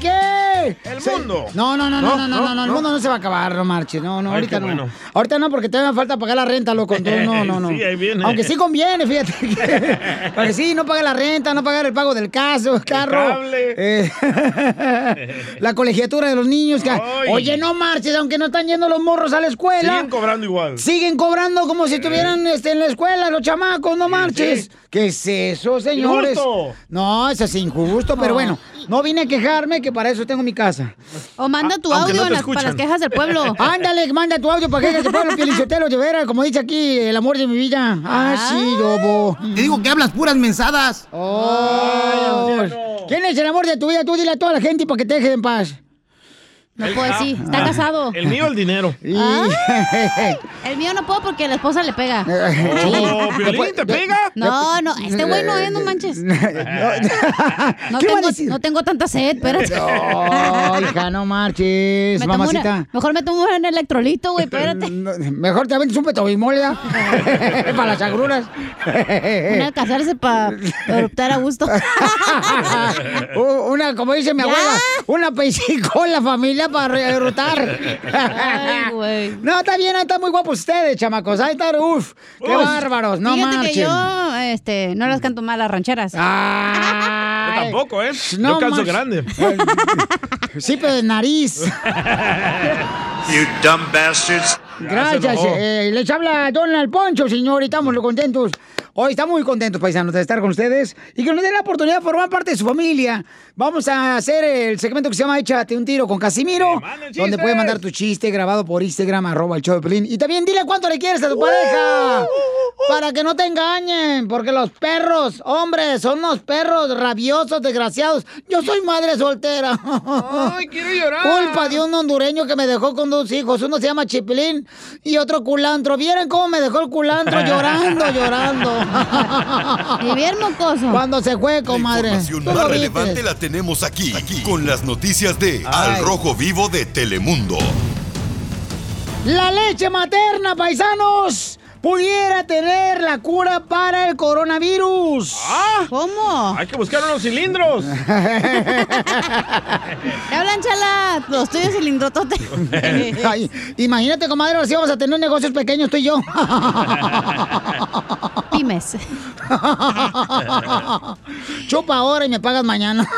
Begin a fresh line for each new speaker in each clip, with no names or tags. qué?
El
Se-
mundo.
No, no, no, no, no, no, no, el mundo no se va a acabar, no marches. No, no,
Ay,
ahorita
qué
no.
bueno.
Ahorita no, porque todavía me falta pagar la renta, loco. Entonces, no, no, no.
Sí, ahí viene.
Aunque sí conviene, fíjate. que- porque sí, no pagar la renta, no pagar el pago del caso, carro.
cable.
Eh, la colegiatura de los niños. que- Oye, no marches, aunque no están yendo los morros a la escuela.
Siguen cobrando igual.
Siguen cobrando como si estuvieran este, en la escuela, los chamacos, no marches. ¿Qué es eso, señores?
Injusto.
No, eso es injusto, pero bueno, no vine a quejarme que para eso tengo mi casa. Ah,
O manda tu
aunque
audio
no te
en las-
escuchan.
para las quejas del pueblo.
Ándale, manda tu audio para que te pueblo, Pielichotelo, de veras, como dice aquí, el amor de mi vida. Ah, sí, lobo. Te digo que hablas puras mensadas. Oh. ¿Quién es el amor de tu vida? Tú dile a toda la gente para que te deje en paz.
No puedo decir,
Ah.
está casado.
El mío, el dinero.
Ah, el mío no puedo porque la esposa le pega.
Oh, Piolín, ¿te pega?
No, no, este güey no es, no manches. No
¿Qué va a
tengo,
decir?
no tengo tanta sed, espérate.
No, Oh, hija, no marches,
Me tomo una-
mamacita.
mejor me tomo un electrolito, güey, espérate.
No, Mejor te aventas un petobimol, ¿ya? Para las agruras.
Una alcanzarse para adoptar a gusto.
U- una, como dice mi abuela, una con la familia para derrotar.
Ay, güey.
no, está bien, están muy guapos ustedes, chamacos. Ahí están, uff, qué
Uf.
bárbaros, no
Fíjate
marchen.
que yo este, no las canto mal las rancheras.
Ah,
Yo tampoco, ¿eh?
no
Yo calzo
más.
grande.
sí, pero de nariz.
You dumb bastards.
Gracias. eh, les habla Donald Poncho, señor, y estamos lo contentos. Hoy estamos muy contentos, paisanos, de estar con ustedes y que nos den la oportunidad de formar parte de su familia. Vamos a hacer el segmento que se llama Échate un tiro con Casimiro, donde puedes mandar tu chiste grabado por Instagram, arroba el show de Pelín. Y también dile cuánto le quieres a tu pareja para que no te engañen, porque los perros, hombres, son unos perros rabiosos, desgraciados. Yo soy madre soltera.
Ay, quiero llorar.
Culpa de un hondureño que me dejó con dos hijos. Uno se llama Chipilín y otro culantro. ¿Vieron cómo me dejó el culantro llorando, llorando?
Y bien mocoso.
Cuando se fue, comadre.
Información
Tú
más
lo
relevante
viste.
la tenemos aquí, aquí, con las noticias de Al Rojo Vivo de Telemundo.
La leche materna, paisanos, pudiera tener la cura para el coronavirus.
¿Cómo?
Hay que buscar unos cilindros.
Te hablan, chala. Los tuyos cilindrotote.
Ay, imagínate, comadre, ahora sí vamos a tener negocios pequeños tú y yo.
Pymes.
Chupa ahora y me pagas mañana.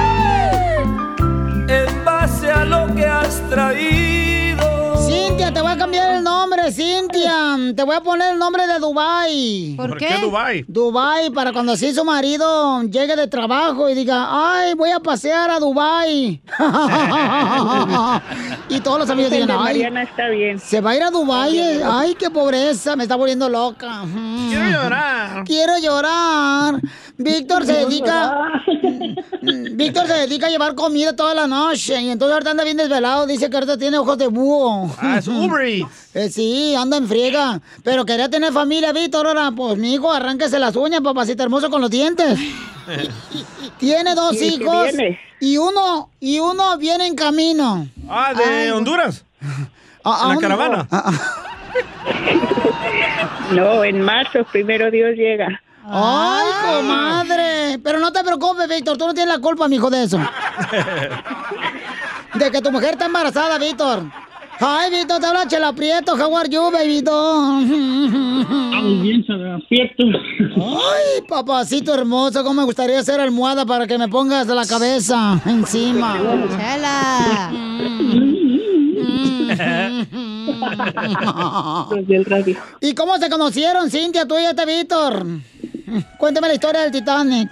en base a lo que has traído.
Cintia, te voy a cambiar el nombre, Cintia. Te voy a poner el nombre de Dubai.
¿Por,
¿Por qué Dubai?
Dubai para cuando así su marido llegue de trabajo y diga, ay, voy a pasear a Dubai. y todos los amigos
El
digan,
de
ay,
Mariana está bien.
se va a ir a Dubai. eh. Ay, qué pobreza, me está volviendo loca. Mm.
Quiero llorar.
Quiero llorar. Víctor se dedica. Víctor se dedica a llevar comida toda la noche. Y entonces ahorita anda bien desvelado. Dice que ahorita tiene ojos de búho.
Ah, es Uber
Eh, sí, anda en friega. Pero quería tener familia, Víctor. Ahora, pues mi hijo, arránquese las uñas, papacito hermoso, con los dientes. Tiene dos
¿Y qué
hijos.
viene?
Y uno, y uno viene en camino.
Ah, de
Ay,
Honduras.
¿A- a
en la
dónde?
caravana.
Ah, No, en marzo, primero Dios llega. Ah.
¡Ay, comadre! Pero no te preocupes, Víctor, tú no tienes la culpa, mijo, de eso. De que tu mujer está embarazada, Víctor. Ay, Víctor, te habla Chela Prieto, how are you, baby, Víctor?
bien, Chela Prieto.
Ay, papacito hermoso, cómo me gustaría hacer almohada para que me pongas la cabeza encima. Chela.
Desde el radio.
¿Y cómo se conocieron, Cintia, tú y este Víctor? Cuéntame la historia del Titanic.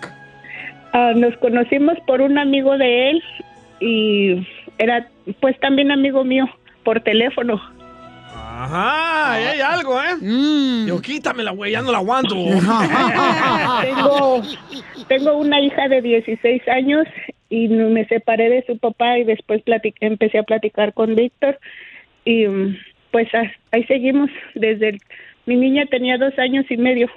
Ah, nos conocimos por un amigo de él y era pues también amigo mío por teléfono.
Ajá, ahí
Ah.
hay algo, ¿eh?
Mm.
Yo quítamela, güey, ya no la aguanto.
tengo, tengo una hija de 16 años y no- me separé de su papá y después platic- empecé a platicar con Víctor y mm, pues as- ahí seguimos desde el- mi niña tenía dos años y medio.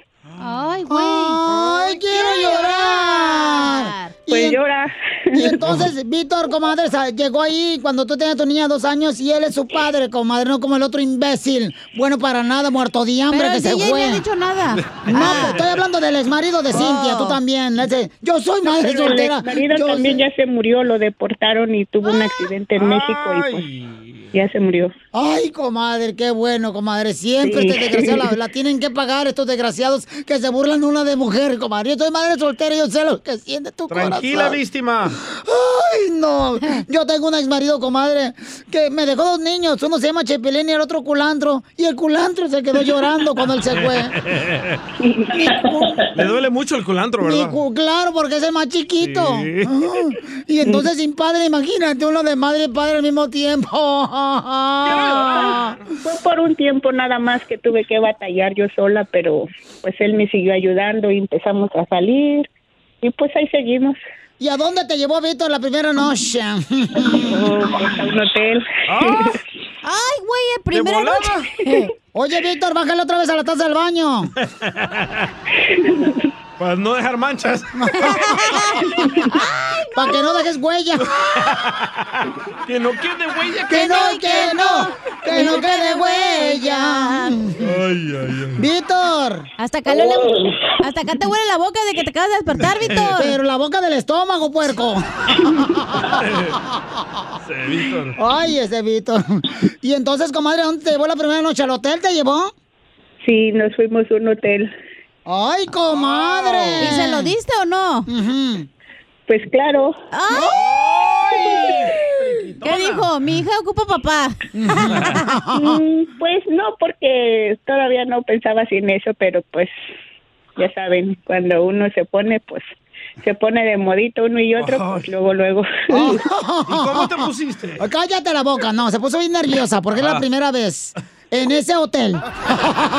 Ay,
güey. Ay, quiero llorar.
Pues
en-
llora.
Y entonces, Víctor, comadre, sa- llegó ahí cuando tú tenías a tu niña dos años y él es su padre, comadre, no como el otro imbécil. Bueno, para nada, muerto de hambre
Pero
que
el
se
DJ
fue.
no ha dicho nada. Oh.
No,
Ah.
pues, estoy hablando del exmarido de Cintia, tú también. Le dice, yo soy madre
Pero
soltera.
El marido
yo
también
soy-".
ya se murió, lo deportaron y tuvo un
Ah.
accidente en México y pues ya se murió.
Ay, comadre, qué bueno, comadre. Siempre
Sí.
este desgraciado la, la tienen que pagar estos desgraciados que se burlan de una de mujer, comadre. Yo soy madre soltera y yo sé lo que siente tu
Tranquila,
corazón.
víctima.
Ay, no. Yo tengo un ex marido, comadre, que me dejó dos niños. Uno se llama Chepelín y el otro culantro. Y el culantro se quedó llorando cuando él se fue.
Le duele mucho el culantro,
Mi
¿verdad?
cu- claro, porque es el más chiquito.
Sí.
Ah, Y entonces sin padre, imagínate uno de madre y padre al mismo tiempo.
Fue por un tiempo nada más que tuve que batallar yo sola, pero pues él me siguió ayudando y empezamos a salir y pues ahí seguimos.
¿Y a dónde te llevó Víctor la primera noche?
a un hotel.
¡Ay, güey! el
primera volada? noche.
Oye, Víctor, bájale otra vez a la taza del baño.
Para no dejar manchas.
Para que no dejes huella.
Que no quede huella.
Que no, que no, que no quede huella.
Ay, ay, ay.
Víctor.
Hasta acá, le- hasta acá te huele la boca de que te acabas de despertar, Víctor.
Pero la boca del estómago, puerco.
Sí, Víctor.
Ay, ese Víctor. Y entonces, comadre, ¿a ¿dónde te llevó la primera noche? ¿Al hotel te llevó?
Sí, nos fuimos a un hotel.
Ay, comadre.
¿Y se lo diste o no?
Pues claro.
¿Qué dijo? Mi hija ocupa papá.
Mm, pues no, porque todavía no pensaba así en eso, pero pues ya saben, cuando uno se pone, pues se pone de modito uno y otro, pues luego, luego.
cómo
te pusiste?
Cállate la boca, no, se puso bien nerviosa porque es
Ah.
la primera vez en ese hotel.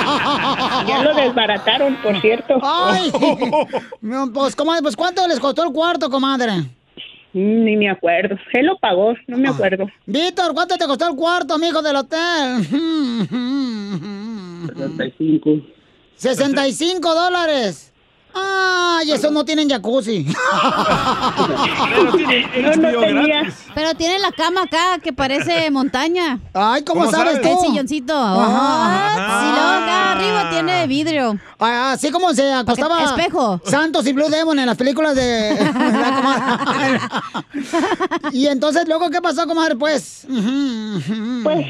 ya lo desbarataron, por cierto.
Ay, no, pues, comadre, pues ¿cuánto les costó el cuarto, comadre?
Mm,
Ah.
Ni me acuerdo. Él lo pagó, no me acuerdo.
Víctor, ¿cuánto te costó el cuarto, amigo del hotel?
35.
65 dólares. Ay, esos no tienen jacuzzi.
No, no tenía. Pero tiene la cama acá que parece montaña.
Ay,
¿cómo ¿Cómo sabes sabes? tú? El silloncito. Ah, sí, luego acá arriba
tiene vidrio. Así Ah, como se acostaba
espejo.
Santos y Blue Demon en las películas de la comadre. Y entonces, luego, ¿qué pasó, comadre? Pues.
Pues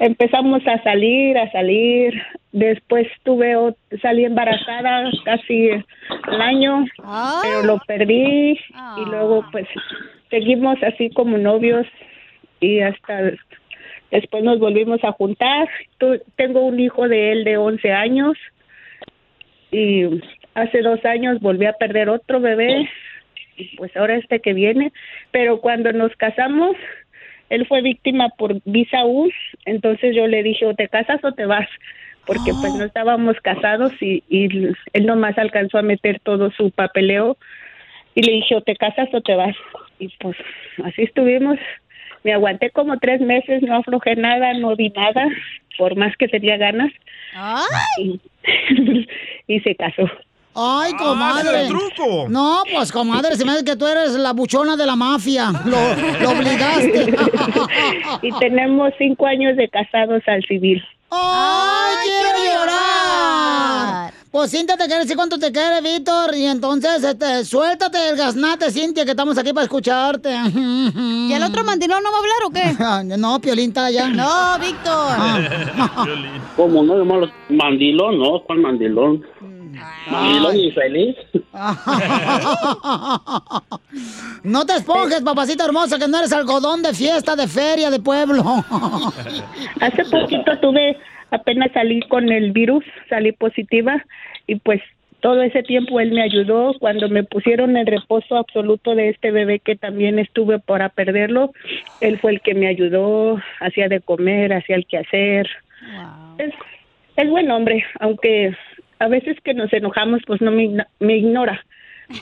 empezamos a salir, a salir. Después tuve, ot- salí embarazada casi el año,
Ah.
pero lo perdí. Y luego, pues, seguimos así como novios y hasta después nos volvimos a juntar. Tu- tengo un hijo de él de 11 años y hace dos años volví a perder otro bebé y pues ahora este que viene. Pero cuando nos casamos, él fue víctima por visa U, entonces yo le dije o te casas o te vas. porque
Ah.
pues no estábamos casados y, y él nomás alcanzó a meter todo su papeleo y le dije, o te casas o te vas. Y pues así estuvimos. Me aguanté como tres meses, no aflojé nada, no di nada, por más que tenía ganas. Y, y se casó.
Ay,
Ah, ese
comadre.
era el truco.
No, pues comadre, se me hace que tú eres la buchona de la mafia. Lo, lo obligaste.
y tenemos cinco años de casados al civil.
¡Ay, quiero llorar! Pues siéntate que decir cuánto te quiere, Víctor. Y entonces, este, suéltate el gasnate, Cintia, que estamos aquí para escucharte. ¿Y el otro mandilón no va a hablar o qué? no, Piolín está allá. Ah. No, Víctor.
¿Cómo no? Hermano? Mandilón, ¿no? ¿Cuál mandilón?
Mm.
Mandilón infeliz.
no te esponjes, papacita hermosa, que no eres algodón de fiesta, de feria, de pueblo.
Hace poquito tuve, apenas salí con el virus, salí positiva y pues todo ese tiempo él me ayudó. Cuando me pusieron en reposo absoluto de este bebé que también estuve para perderlo, él fue el que me ayudó, hacía de comer, hacía el quehacer. Es, es buen hombre, aunque a veces que nos enojamos pues no me, ign- me ignora.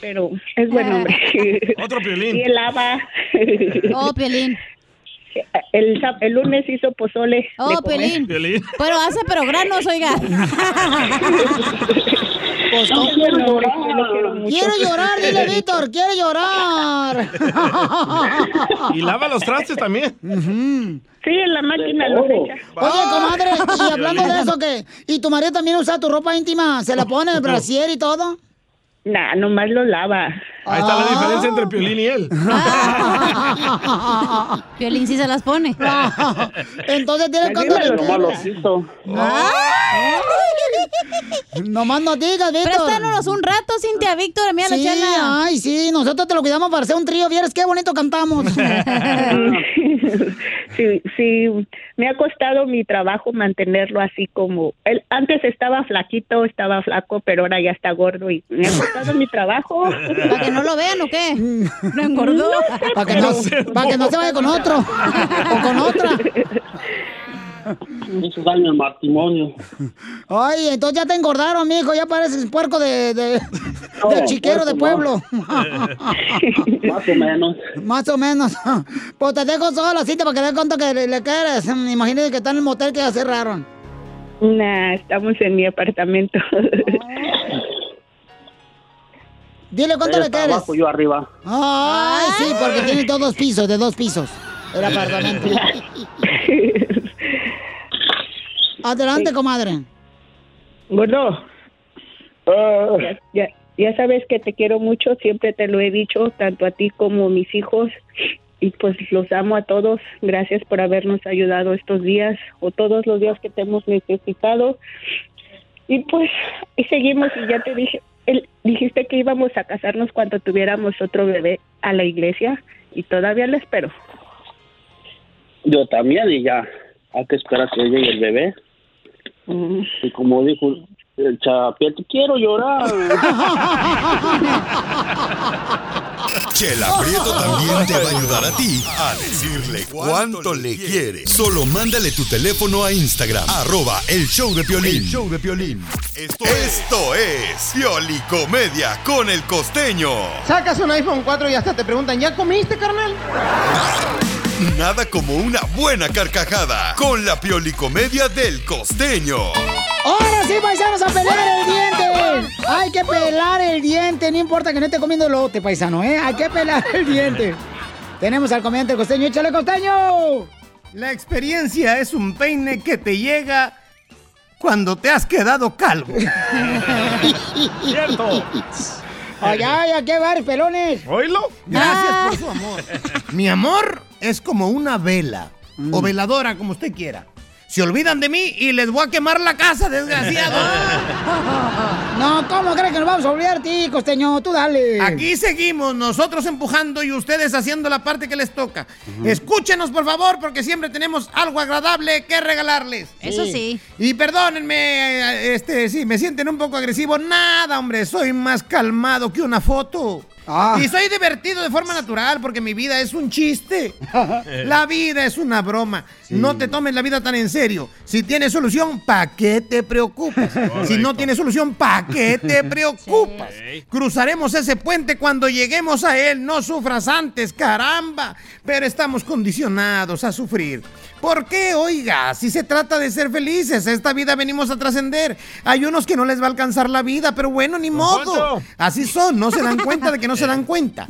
Pero es buen hombre.
Otro Piolín.
Y él lava.
Oh, Piolín.
El, sá- el lunes hizo pozole.
Oh,
de comer.
Piolín. Pero hace pero granos, oiga.
Pues,
No,
¿cómo?
quiero llorar.
Quiero llorar, dile, Víctor, quiero llorar.
Y lava los trastes también.
Sí, en la máquina los echa.
Oye, comadre, y hablando de eso, ¿qué? ¿Y tu marido también usa tu ropa íntima? ¿Se la pone el brasier y todo?
Nah, nomás lo lava.
Ahí está la diferencia entre Piolín y él.
Ah. Piolín sí se las pone.
Entonces tienes
Me
cuánto
digas
le
lo
queda.
Malocito.
Nomás no digas, Víctor.
Préstanos un rato, Cintia, Víctor, mira la
Sí,
chela.
Ay, sí, nosotros te lo cuidamos para hacer un trío. Vieres qué bonito cantamos.
sí, sí, me ha costado mi trabajo mantenerlo así como él antes estaba flaquito, estaba flaco, pero ahora ya está gordo y me ha costado mi trabajo.
¿Para que no lo vean o qué? ¿Lo engordó?
Para que, no, pa' que no se vaya con otro. O con otra.
Hizo daño al matrimonio.
Ay, entonces ya te engordaron, mijo. Ya pareces puerco de, de, de
No,
chiquero de pueblo.
puerco Más o menos.
Más o menos. Pues te dejo sola, Cintia, para que des cuenta que le, le quieres. Imagínate que está en el motel que ya cerraron.
Nah, estamos en mi apartamento.
Dile cuánto
Él
le
está
quieres.
abajo, yo arriba.
Ay, sí, porque tiene todos dos pisos, de dos pisos. El apartamento. Adelante, comadre.
Gordo.
Ah,
Ya, ya, ya sabes que te quiero mucho, siempre te lo he dicho, tanto a ti como a mis hijos. Y pues los amo a todos. Gracias por habernos ayudado estos días o todos los días que te hemos necesitado. Y pues y seguimos y ya te dije, el- dijiste que íbamos a casarnos cuando tuviéramos otro bebé a la iglesia y todavía lo espero.
Yo también y ya. Hay que esperar que llegue el bebé.
Mm.
Y como dijo el chapiel, te quiero llorar.
Chela Prieto también te va a ayudar a ti a decirle cuánto le quiere. Solo mándale tu teléfono a Instagram, arroba el show de Piolín.
El
show de Piolín. Esto, Esto es Pioli Comedia con el Costeño.
Sacas un iPhone 4 y hasta te preguntan, ¿ya comiste, carnal?
Nada como una buena carcajada con la Pioli Comedia del Costeño.
Ahora sí, paisanos, a pelar el diente. Hay que pelar el diente, no importa que no esté comiendo lote, paisano, ¿eh? Hay que pelar el diente. Tenemos al comediante costeño, échale costeño.
La experiencia es un peine que te llega cuando te has quedado calvo.
Cierto. Ay, ay, ¿a qué va, pelones? Ah.
¿Oílo? Gracias por su amor. Mi amor es como una vela o
Mm.
veladora, como usted quiera. Se olvidan de mí y les voy a quemar la casa, desgraciado.
No, ¿cómo crees que nos vamos a olvidar de ti, costeño? Tú dale.
Aquí seguimos, nosotros empujando y ustedes haciendo la parte que les toca. Escúchenos, por favor, porque siempre tenemos algo agradable que regalarles.
Eso sí.
Y perdónenme, eh, este, si me sienten un poco agresivo, nada, hombre, soy más calmado que una foto.
Ah.
Y soy divertido de forma natural porque mi vida es un chiste. la vida es una broma. No te tomes la vida tan en serio. Si tienes solución, ¿pa' qué te preocupas? si no tienes solución, ¿pa' qué te preocupas? Cruzaremos ese puente cuando lleguemos a él. No sufras antes, caramba. Pero estamos condicionados a sufrir. ¿Por qué? Oiga, si se trata de ser felices, esta vida venimos a trascender. Hay unos que no les va a alcanzar la vida, pero bueno, ni modo. Así son, no se dan cuenta de que no se dan cuenta.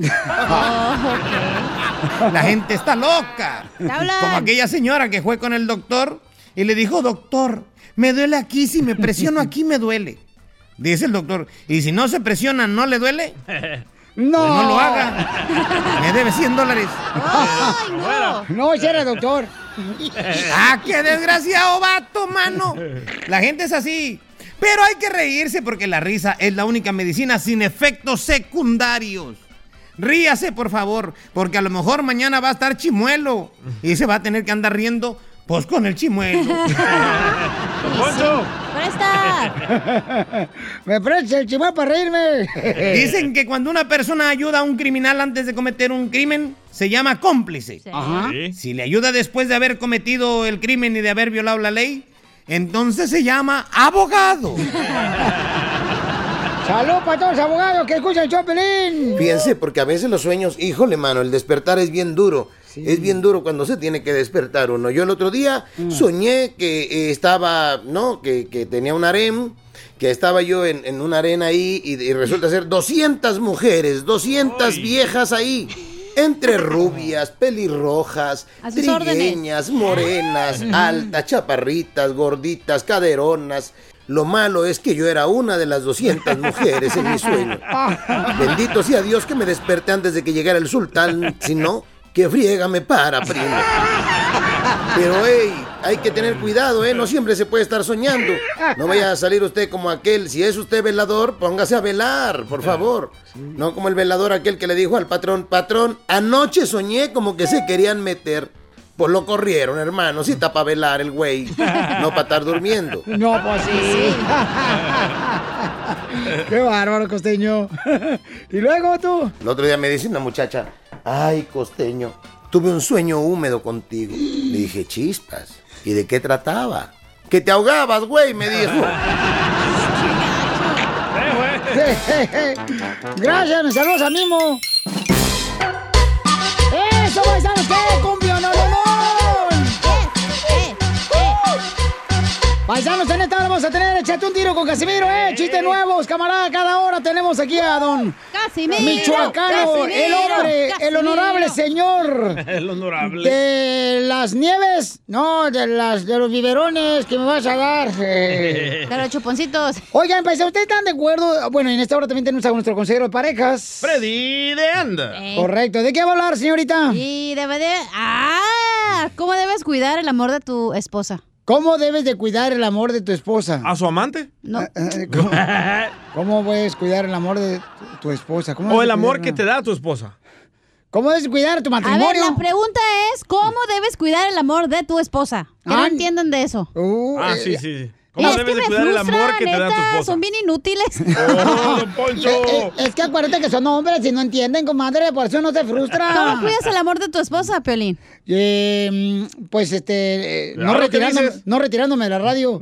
La gente está loca.
hablan.
Como aquella señora que fue con el doctor y le dijo, doctor, me duele aquí, si me presiono aquí me duele. Dice el doctor, ¿y si no se presiona, no le duele?
No.
Pues no lo haga. Me debe 100 dólares.
¡Ay, no! No, ese era doctor.
¡Ah, qué desgraciado vato, mano! La gente es así. Pero hay que reírse porque la risa es la única medicina sin efectos secundarios. Ríase, por favor, porque a lo mejor mañana va a estar chimuelo y se va a tener que andar riendo, pues con el chimuelo.
Poncho. ¡Presta!
¡Me presta el chimuelo para reírme!
Dicen que cuando una persona ayuda a un criminal antes de cometer un crimen, se llama cómplice.
Ajá.
Si le ayuda después de haber cometido el crimen y de haber violado la ley, entonces se llama abogado.
Salud para todos los abogados que escuchan el Chopelín.
Fíjense, porque a veces los sueños, híjole, mano, el despertar es bien duro. Es bien duro cuando se tiene que despertar uno. Yo el otro día
Mm.
soñé que eh, estaba, ¿no? Que, que tenía un harem, que estaba yo en, en una arena ahí y, y resulta ser 200 mujeres, 200 viejas ahí. Entre rubias, pelirrojas,
A sus órdenes. Mm.
trigueñas, morenas,
Ujú.
altas, chaparritas, gorditas, caderonas. Lo malo es que yo era una de las 200 mujeres en mi sueño. Bendito sea Dios que me desperté antes de que llegara el sultán, si no, que friega me para, primo. Pero, hey, hay que tener cuidado, ¿eh? No siempre se puede estar soñando. No vaya a salir usted como aquel. Si es usted velador, póngase a velar, por favor. No como el velador aquel que le dijo al patrón, patrón, anoche soñé como que se querían meter. Pues lo corrieron, hermano. Si está para velar el güey, no para estar durmiendo.
No, pues sí. Qué bárbaro, costeño. y luego tú.
El otro día me dice una muchacha, ay, costeño, tuve un sueño húmedo contigo. Le dije, chispas, ¿y de qué trataba? Que te ahogabas, güey, me dijo.
Gracias, me saludos a Mimo. ¡Eso, paisanos! ¡Qué cumplió, no, no, Paisanos, en esta hora vamos a tener Échate un tiro con Casimiro, ¿eh? Chistes nuevos, camarada. Cada hora tenemos aquí a don
Casimiro,
Michoacano,
Casimiro,
el hombre, el
Casimiro.
honorable señor
El honorable.
de las nieves, no, de las de los biberones que me vas a dar. eh.
De los
chuponcitos. Oigan, paisa, ¿ustedes están de acuerdo? Bueno, y en esta hora también tenemos a nuestro consejero de parejas.
Freddy de Anda.
Correcto. ¿De qué va a hablar, señorita?
Y debe de... ¡Ah! ¿Cómo debes cuidar el amor de tu esposa?
¿Cómo debes de cuidar el amor de tu esposa? Eh,
¿A su amante?
No.
¿Cómo, cómo puedes cuidar el amor de tu esposa? ¿Cómo
O
debes
el amor que
cuidarla?
te da tu esposa.
¿Cómo debes cuidar tu
A
matrimonio?
ver, la pregunta es, ¿cómo debes cuidar el amor de tu esposa? Que no
Ah,
entienden de eso.
Uh.
Ah, sí, sí. sí. ¿Cómo
es
debes de
que me
cuidar el
frustra,
amor que te da tu
neta,
esposa?
Son bien inútiles.
Oh, don Poncho.
Eh, eh, es que acuérdate que son hombres y no entienden, comadre, por eso no se frustra.
¿Cómo cuidas el amor de tu esposa, Piolín?
pues este, eh, no,
Claro que
retirándome,
dices.
no retirándome de la radio.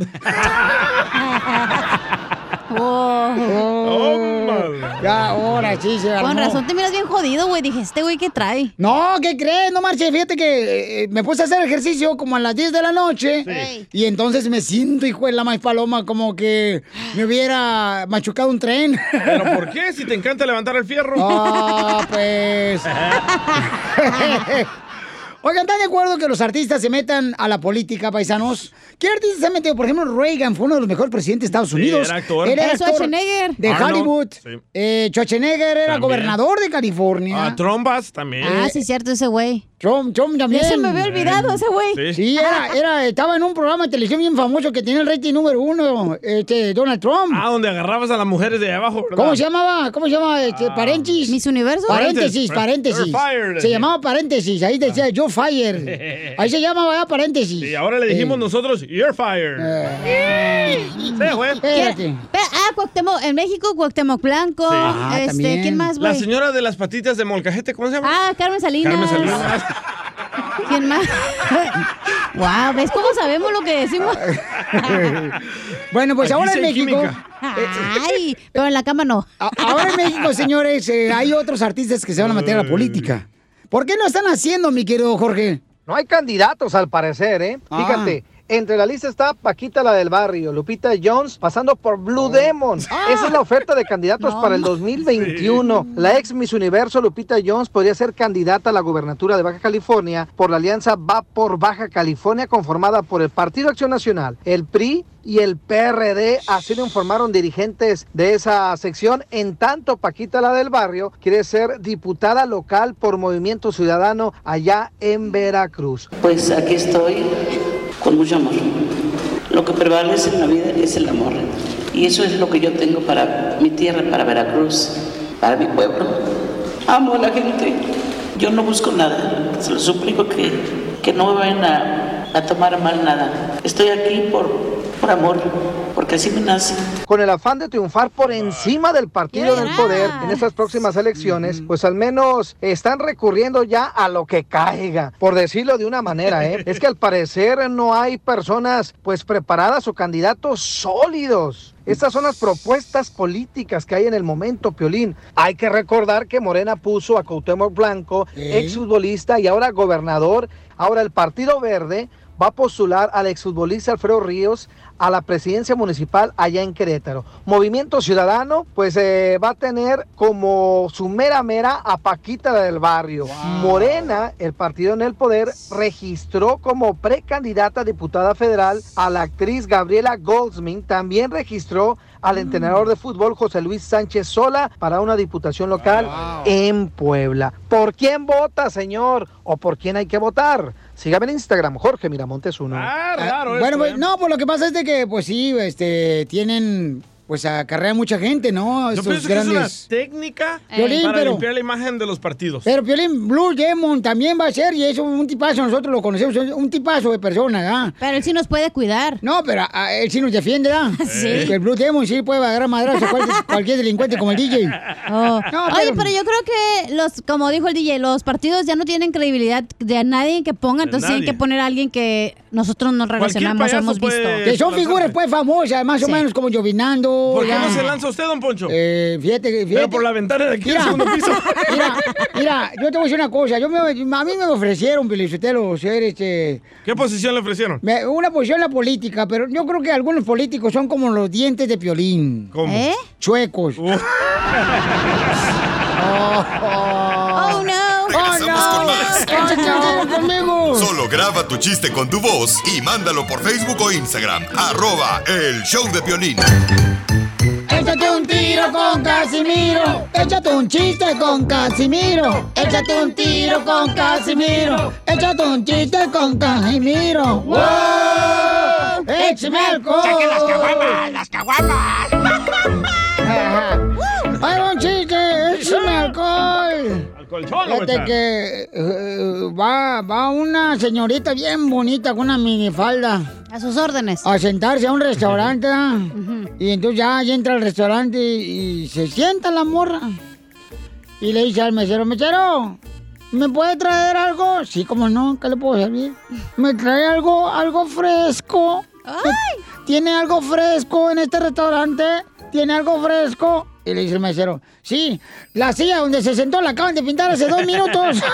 Oh.
ya, ahora sí se
Con
armó.
razón te miras bien jodido, güey. Dije, este güey, ¿qué trae?
No, ¿qué crees? No marche, fíjate que eh, me puse a hacer ejercicio como a las 10 de la noche
Sí.
y entonces me siento, hijo de la más paloma, como que me hubiera machucado un tren.
¿Pero por qué? Si te encanta levantar el fierro.
Ah, pues. Oigan, ¿están de acuerdo que los artistas se metan a la política, paisanos? ¿Qué artista se ha metido? Por ejemplo, Reagan fue uno de los mejores presidentes de Estados Unidos.
era actor.
Él era
El
actor
Schwarzenegger.
De
Arnold.
Hollywood.
Sí.
Eh, Schwarzenegger era
También.
gobernador de California.
A Ah, trombas también.
Ah, sí, cierto, ese güey.
Chom, Chom Eh, también.
Ya se me había olvidado ese güey.
Sí, era, era, estaba en un programa de televisión bien famoso que tenía el rating número uno, este, Donald Trump.
Ah, donde agarrabas a las mujeres de abajo, ¿verdad?
¿Cómo se llamaba? ¿Cómo se llamaba? Este,
Ah.
Paréntesis. ¿Mis Universo? Paréntesis, paréntesis.
They're fired.
Se llamaba paréntesis, ahí decía yo fire. Ahí se llamaba ya, paréntesis.
Y Ah. ahora le dijimos
Eh,
nosotros, you're fired.
Se Ah, Cuauhtémoc, en México, Cuauhtémoc Blanco.
Sí.
Ah,
este, ¿Quién más,
La
güey?
señora de las patitas de molcajete, ¿cómo se llama?
Ah, Carmen Salinas.
Carmen Salinas.
Ah,
¿Quién más? wow, ¿ves cómo sabemos lo que decimos?
bueno, pues ahora en México.
Ah. Ay, pero en la cama no.
Ahora en México, señores, eh, hay otros artistas que se van a meter a la política. ¿Por qué no están haciendo, mi querido Jorge?
No hay candidatos al parecer, ¿eh?
Ah.
Fíjate, entre la lista está Paquita la del barrio, Lupita Jones, pasando por Blue Demon. Esa es la oferta de candidatos para el 2021. La ex Miss Universo Lupita Jones podría ser candidata a la gubernatura de Baja California por la alianza Va por Baja California conformada por el Partido Acción Nacional, el PRI y el PRD, así lo informaron dirigentes de esa sección. En tanto, Paquita la del barrio quiere ser diputada local por Movimiento Ciudadano allá en Veracruz.
Pues aquí estoy con mucho amor. Lo que prevalece en la vida es el amor. Y eso es lo que yo tengo para mi tierra, para Veracruz, para mi pueblo. Amo a la gente. Yo no busco nada. Se lo suplico que, que no me vayan a, a tomar a mal nada. Estoy aquí por, por amor, porque así me nace.
Con el afán de triunfar por encima del partido del poder en estas próximas elecciones, pues al menos están recurriendo ya a lo que caiga, por decirlo de una manera, ¿eh? Es que al parecer no hay personas pues preparadas o candidatos sólidos. Estas son las propuestas políticas que hay en el momento, Piolín. Hay que recordar que Morena puso a Cuauhtémoc Blanco,
¿Eh?
exfutbolista y ahora gobernador. Ahora el Partido Verde va a postular al exfutbolista Alfredo Ríos a la presidencia municipal allá en Querétaro. Movimiento Ciudadano, pues eh, va a tener como su mera mera a Paquita la del Barrio. Morena, el partido en el poder, registró como precandidata a diputada federal a la actriz Gabriela Goldsman. También registró al entrenador de fútbol José Luis Sánchez Sola para una diputación local en Puebla. ¿Por quién vota, señor? ¿O por quién hay que votar? Sígame en Instagram, Jorge Miramontes uno.
Ah, bueno,
¿eh?
pues, no, pues lo que pasa es de que, pues sí, este, tienen, pues acarrea mucha gente, ¿no?
Yo
Estos
pienso
grandes. Eh.
que es una técnica
Violín,
para
pero-
limpiar la imagen de los partidos.
Pero Piolín Blue Demon también va a ser, y es un tipazo, nosotros lo conocemos, es un tipazo de persona, ¿ah?
Pero él sí nos puede cuidar.
No, pero ah, él sí nos defiende, ¿ah?
Sí.
El Blue Demon sí puede agarrar madrazo a cualquier, cualquier delincuente como el DJ. No,
Oh. Oye, pero yo creo que los, como dijo el DJ, los partidos ya no tienen credibilidad de a nadie que ponga, entonces tienen
nadie.
que poner a alguien que nosotros nos relacionamos, hemos visto.
Que son figuras, pues, famosas, más o menos como Llovinando.
¿Por qué
ya.
no se lanza usted, don Poncho?
Eh, fíjate, fíjate.
Pero por la ventana de aquí, al segundo piso.
Mira, mira, yo te voy a decir una cosa. Yo me- a mí me ofrecieron, Pelizotelo, ser este.
¿Qué posición le ofrecieron?
me- una posición en la política, pero yo creo que algunos políticos son como los dientes de piolín.
¿Cómo? Uh.
¿Eh?
Chuecos.
Oh, no.
Regresamos
Oh,
con más.
¡Ay, no, conmigo!
Solo graba tu chiste con tu voz y mándalo por Facebook o Instagram. Arroba el show de violín.
Échate un tiro con Casimiro. Échate un chiste con Casimiro. Échate un tiro con Casimiro. Échate un chiste con Casimiro. ¡Wow! ¡Échame alcohol!
¡Saque las caguamas, las
caguamas! ¡Ay, un chiste! ¡Échame alcohol!
Al colchón, lo
Fíjate
metan.
que eh, va, va una señorita bien bonita con una minifalda.
A sus órdenes.
A sentarse a un restaurante. ¿ah? Y entonces ya, ya entra al restaurante y, y se sienta la morra. Y le dice al mesero, mesero, ¿me puede traer algo? Sí, como no, ¿qué le puedo servir? ¿Me trae algo, algo fresco? ¿Tiene algo fresco en este restaurante? ¿Tiene algo fresco? Y le dice el mesero, sí, la silla donde se sentó la acaban de pintar hace dos minutos. Ah.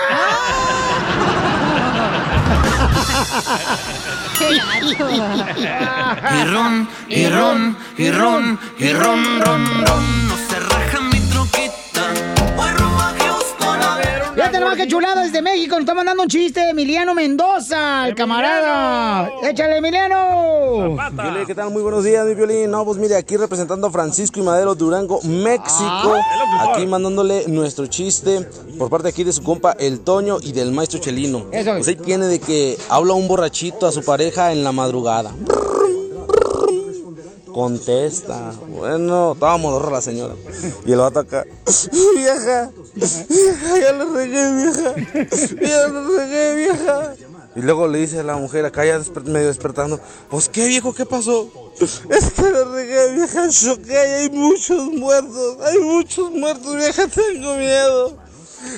Y ron, y ron, y ron, y ron, ron, ron. No se raja mi troquita. Voy rumbo a Houston a ver una
Ya tenemos más que chulada desde México. Nos está mandando un chiste de Emiliano Mendoza, el camarada. Échale, Emiliano.
Piolín, ¿qué tal? Muy buenos días, mi violín. No, pues mire, aquí representando a Francisco y Madero Durango, México. aquí mandándole nuestro chiste por parte aquí de su compa El Toño y del maestro Chelino.
Eso es.
Pues ahí tiene de que habla un borrachito a su pareja en la madrugada. Contesta. Bueno, estábamos morra la señora. Y el vato acá. Vieja, vieja, ya la regué, vieja. Ya la regué, vieja. Y luego le dice a la mujer acá ya desper- medio despertando, pues qué viejo, ¿qué pasó? Es que la regué, vieja, choqué, hay muchos muertos, hay muchos muertos, vieja, tengo miedo.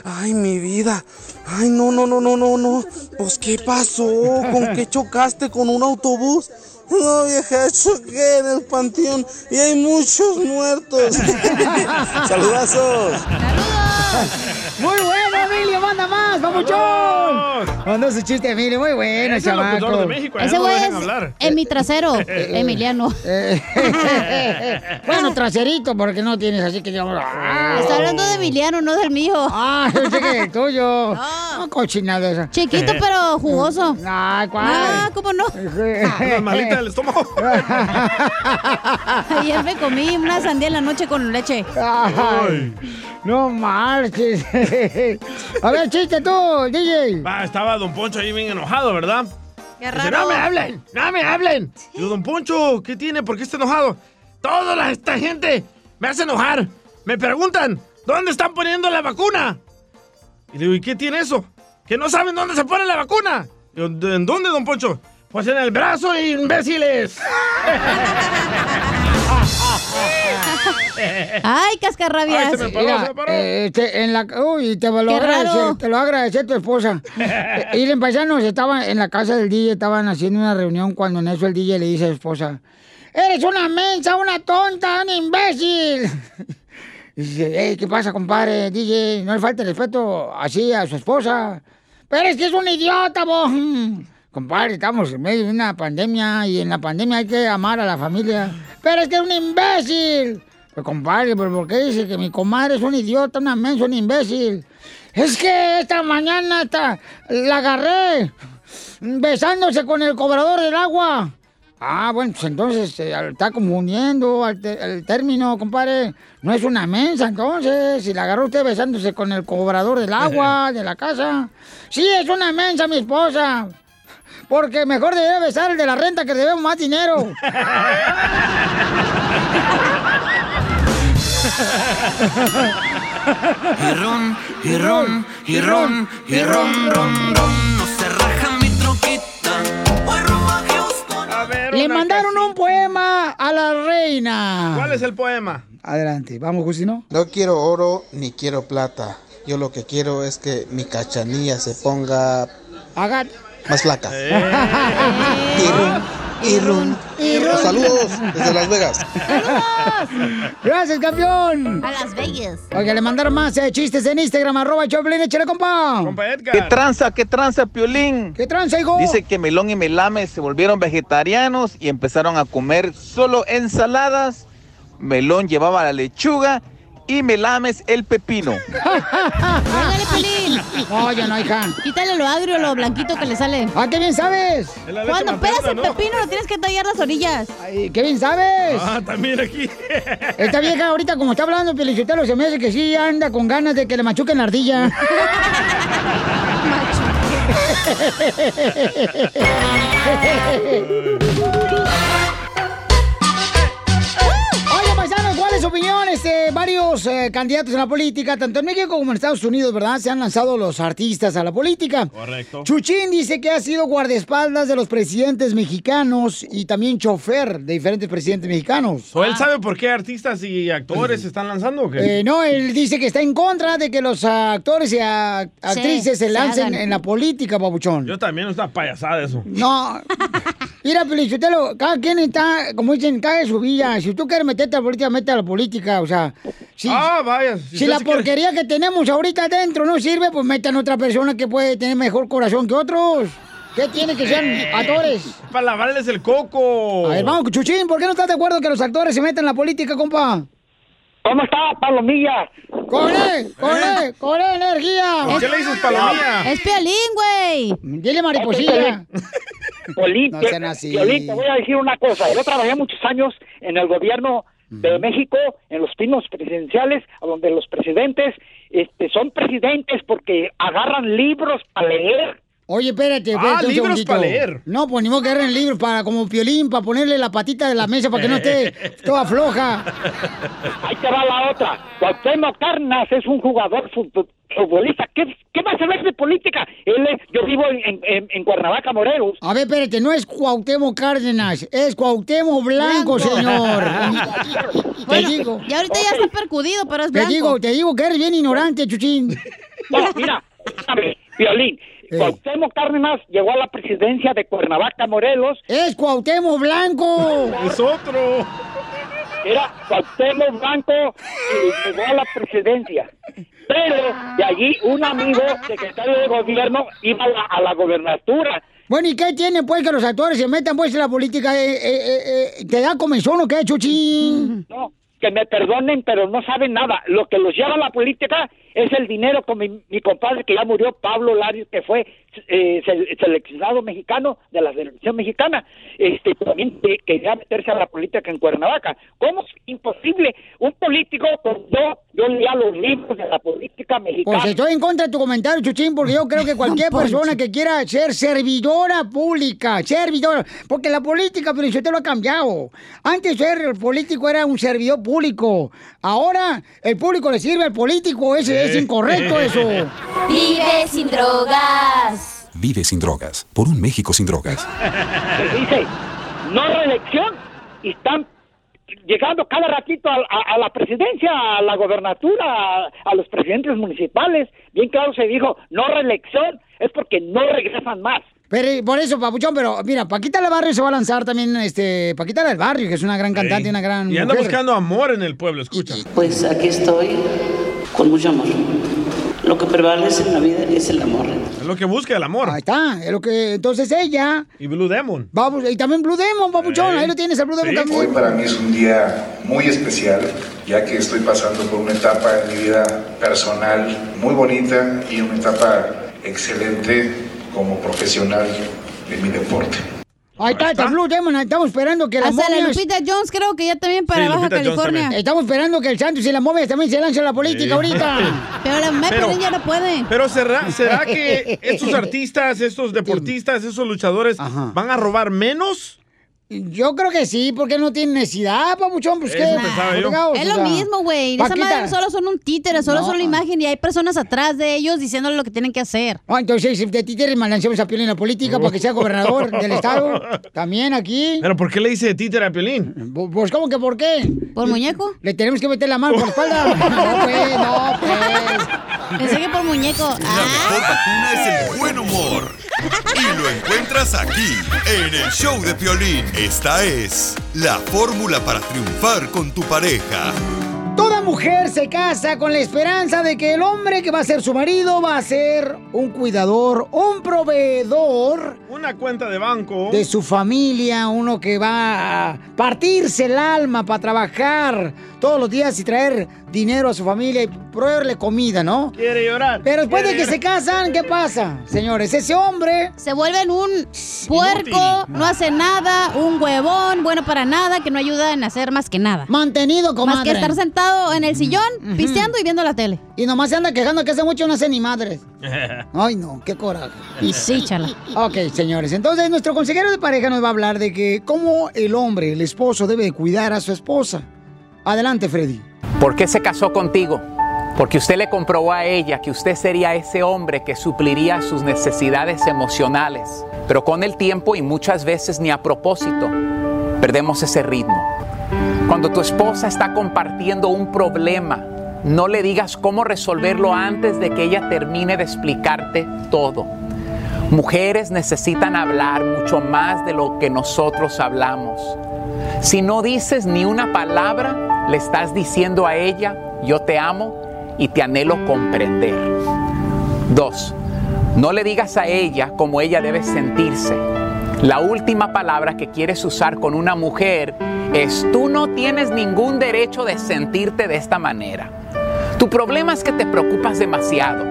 Ay, mi vida. Ay, no, no, no, no, no, no. Pues, ¿qué pasó? ¿Con qué chocaste? ¿Con un autobús? No, vieja, choqué en el panteón y hay muchos muertos. Saludazos.
Muy bueno, Emilio, manda más, papuchón. Manda su chiste, Emilio, muy bueno,
Es el
chamaco.
locutor de México, a él
Ese
no lo
güey
dejan
es
hablar.
en mi trasero, Emiliano.
eh, bueno, traserito, porque no tienes así que digamos.
Ah, Está hablando de Emiliano, no del mío.
Ah, yo sé que el tuyo. No, cochinada esa.
Chiquito, pero jugoso.
Ah, ¿cuál?
Ah, ¿cómo no?
Las malitas del
estómago.
Ayer me comí una sandía en la noche con leche.
Ay, no marches. A ver, chiste tú, DJ.
Va, estaba Don Poncho ahí bien enojado, ¿verdad?
Qué
Dice, no me hablen, no me hablen. Digo, Don Poncho, ¿qué tiene? ¿Por qué está enojado? Toda la- esta gente me hace enojar. Me preguntan, ¿dónde están poniendo la vacuna? Y digo, ¿y qué tiene eso? Que no saben dónde se pone la vacuna. Digo, "¿De- ¿en dónde, Don Poncho? Pues en el brazo, imbéciles.
Ay, cascarrabias.
Ay, se me paró, se me paró. Este, en la, uy, te lo,
Qué raro.
agradecer, te lo agradecer tu esposa. Eh, y en paisanos, estaban en la casa del DJ, estaban haciendo una reunión cuando en eso el DJ le dice a su esposa, eres una mensa, una tonta, un imbécil. Y dice, "Ey, ¿qué pasa, compadre? DJ, no le falte respeto así a su esposa. Pero es que es un idiota, vos. Compadre, estamos en medio de una pandemia y en la pandemia hay que amar a la familia. Pero es que es un imbécil. Pero compadre, ¿pero por qué dice que mi comadre es un idiota, una mensa, un imbécil? Es que esta mañana esta- la agarré besándose con el cobrador del agua. Ah, bueno, pues entonces eh, al- está confundiendo al te- el término, compadre. No es una mensa, entonces. Si la agarró usted besándose con el cobrador del agua de la casa. Sí, es una mensa, mi esposa. Porque mejor debería besar el de la renta que debemos más dinero.
Y ron, y ron, y ron, y ron, ron, ron. No se raja mi troquita. Voy rumbo a Houston.
Le mandaron un poema a la reina.
¿Cuál es el poema?
Adelante, vamos, Justino.
No quiero oro ni quiero plata. Yo lo que quiero es que mi cachanilla se ponga
Haga.
más flaca.
Eh.
Y run, y run. Saludos desde Las Vegas.
Gracias, campeón.
A Las Vegas.
Oiga, le mandaron más eh, chistes en Instagram, arroba Choplin, échale, compa.
Compa
¿Qué tranza, qué tranza, Piolín?
¿Qué tranza, hijo?
Dice que Melón y Melame se volvieron vegetarianos y empezaron a comer solo ensaladas. Melón llevaba la lechuga y Melames el pepino.
Ándale, Pelín.
No, yo no, hija.
Quítale lo agrio, lo blanquito que le sale.
Ah, qué bien sabes.
Es la leche
Cuando pelas el
materna, ¿no?
pepino, lo tienes que tallar las orillas.
Ay, qué bien sabes.
Ah, también aquí.
Esta vieja ahorita, como está hablando, Pelicotelo, se me hace que sí anda con ganas de que le machuquen la ardilla. Oye, paisanos, ¿cuál es su opinión? Este, varios eh, candidatos en la política, tanto en México como en Estados Unidos, ¿verdad? Se han lanzado los artistas a la política.
Correcto.
Chuchín dice que ha sido guardaespaldas de los presidentes mexicanos y también chofer de diferentes presidentes mexicanos.
¿O él sabe por qué artistas y actores se están lanzando o qué?
Ah. Eh, no, él dice que está en contra de que los actores y a- actrices se
se
lancen
hagan.
en la política, babuchón.
Yo también, es una payasada eso.
No. Mira, Pelichotelo, cada quien está, como dicen, cada de su villa. Si tú quieres meterte a la política, mete a la política. O sea, si,
Ah, vaya.
si
usted
la
se quiere-
porquería que tenemos ahorita adentro no sirve, pues metan otra persona que puede tener mejor corazón que otros. ¿Qué tiene que sean
Eh.
actores?
Para lavarles el coco.
A ver, vamos, Chuchín, ¿por qué no estás de acuerdo que los actores se metan en la política, compa?
¿Cómo está, Palomilla?
¡Corre! ¡Corre! ¡Corre energía!
¿Por qué le dices palomilla?
¿Eh? Es Piolín, güey.
Dile
Este,
mariposilla.
Piolín,
No
Piol-
sean así.
Piolín, te voy a decir una cosa. Yo trabajé muchos años en el gobierno de México, en los pinos presidenciales, a donde los presidentes este, son presidentes porque agarran libros para leer.
Oye, espérate,
Ah,
espérate un
libros
segundito.
pa' leer.
No, pues ni modo que agarren libros para como piolín, para ponerle la patita de la mesa para que no esté toda floja.
Ahí te va la otra. Cuauhtémoc Carnas es un jugador futbo- futbolista. ¿Qué, qué va a saber de política? Él es- yo vivo en, en- en- en Cuernavaca, Morelos.
A ver, espérate, no es Cuauhtémoc Cárdenas, es Cuauhtémoc Blanco, señor. Te digo.
Y ahorita ya está percudido, pero es
Te
blanco.
digo, te digo que eres bien ignorante, Chuchín.
No, mira, escúchame, Violín. Cuauhtémoc Cárdenas llegó a la presidencia de Cuernavaca, Morelos.
¡Es Cuauhtémoc Blanco!
¡Es otro! Era Cuauhtémoc Blanco y llegó a la presidencia. Pero de allí un amigo, secretario de gobierno, iba a la, a la gobernatura.
Bueno, ¿y qué tiene, pues, que los actores se metan, pues, en la política? Eh, eh, eh, eh, ¿Te da comezón o qué, Chuchín?
No, que me perdonen, pero no saben nada. Lo que los lleva a la política es el dinero con mi, mi compadre que ya murió, Pablo Larios, que fue eh, se- seleccionado mexicano de la selección mexicana. Este también que- quería meterse a la política en Cuernavaca. ¿Cómo es imposible un político con yo yo leía los libros de la política mexicana?
Pues estoy en contra de tu comentario, Chuchín, porque yo creo que cualquier persona que quiera ser servidora pública, servidora, porque la política, pero yo te lo ha cambiado. Antes ser político era un servidor público. Ahora el público le sirve al político, ese es incorrecto eso.
Vive sin drogas.
Vive sin drogas, por un México sin drogas.
que dice no reelección y están llegando cada ratito a, a- a la presidencia, a la gobernatura, a, a los presidentes municipales. Bien claro se dijo no reelección es porque no regresan más.
Pero eh, por eso, Papuchón, pero mira, Paquita del Barrio se va a lanzar también, este, Paquita del Barrio, que es una gran cantante, una gran
Y anda
mujer.
buscando amor en el pueblo, escucha.
Pues aquí estoy con mucho amor. Lo que prevalece en la vida es el amor.
Es lo que busca el amor.
Ahí está, es lo que, entonces ella.
Y Blue Demon.
Vamos, y también Blue Demon, Papuchón, ahí lo tienes, el Blue Demon
Hoy
también.
para mí es un día muy especial, ya que estoy pasando por una etapa en mi vida personal muy bonita y una etapa excelente como profesional de mi deporte.
Ahí está, está Blue Demon, estamos esperando que las
Hasta la
momias-
Lupita Jones creo que ya también para
Sí,
Baja
Lupita Jones
California.
también. Estamos esperando que el Santos y la momia también se lancen a la política
Sí.
ahorita.
Pero la Mepelín
Pero-
ya no puede.
Pero será, será que estos artistas, estos deportistas, esos luchadores van a robar menos?
Yo creo que sí, porque no tiene necesidad, Papuchón, pues
Eso
qué.
pensaba yo.
fregados,
Es
o
lo
sea.
mismo, güey. Esa
Paquita.
madre solo son un títere, solo
No.
son la imagen y hay personas atrás de ellos diciéndole lo que tienen que hacer.
Ah, entonces, si de títere, mal lancemos a Piolín en la política para que sea gobernador del estado. También aquí.
¿Pero por qué le dice títere a Piolín?
Pues, ¿cómo que por qué?
¿Por muñeco?
Le tenemos que meter la mano por la espalda. No, pues, no, pues.
Pensé que por muñeco. Ah,
La mejor vacuna es el buen humor. Y lo encuentras aquí, en el show de Piolín. Esta es la fórmula para triunfar con tu pareja.
Toda mujer se casa con la esperanza de que el hombre que va a ser su marido va a ser un cuidador, un proveedor
Una cuenta de banco.
de su familia, uno que va a partirse el alma para trabajar todos los días y traer dinero a su familia y proveerle comida, ¿no?
Quiere llorar.
Pero después de
quiere
que se casan, ¿qué pasa, señores? Ese hombre...
Se vuelven un puerco, no hace nada, un huevón, bueno para nada, que no ayuda en hacer más que nada.
Mantenido, comadre. Mm.
Más que estar sentado en el sillón, pisteando y viendo la tele.
Y nomás se anda quejando que hace mucho no hace ni madres. Ay, no, qué coraje.
Y sí, chala.
Ok, señores. Entonces, nuestro consejero de pareja nos va a hablar de que cómo el hombre, el esposo, debe de cuidar a su esposa. Adelante, Freddy.
¿Por qué se casó contigo? Porque usted le comprobó a ella que usted sería ese hombre que supliría sus necesidades emocionales. Pero con el tiempo y muchas veces ni a propósito, perdemos ese ritmo. Cuando tu esposa está compartiendo un problema, no le digas cómo resolverlo antes de que ella termine de explicarte todo. Mujeres necesitan hablar mucho más de lo que nosotros hablamos. Si no dices ni una palabra, le estás diciendo a ella, yo te amo y te anhelo comprender. Dos, no le digas a ella cómo ella debe sentirse. La última palabra que quieres usar con una mujer es tú no tienes ningún derecho de sentirte de esta manera. Tu problema es que te preocupas demasiado.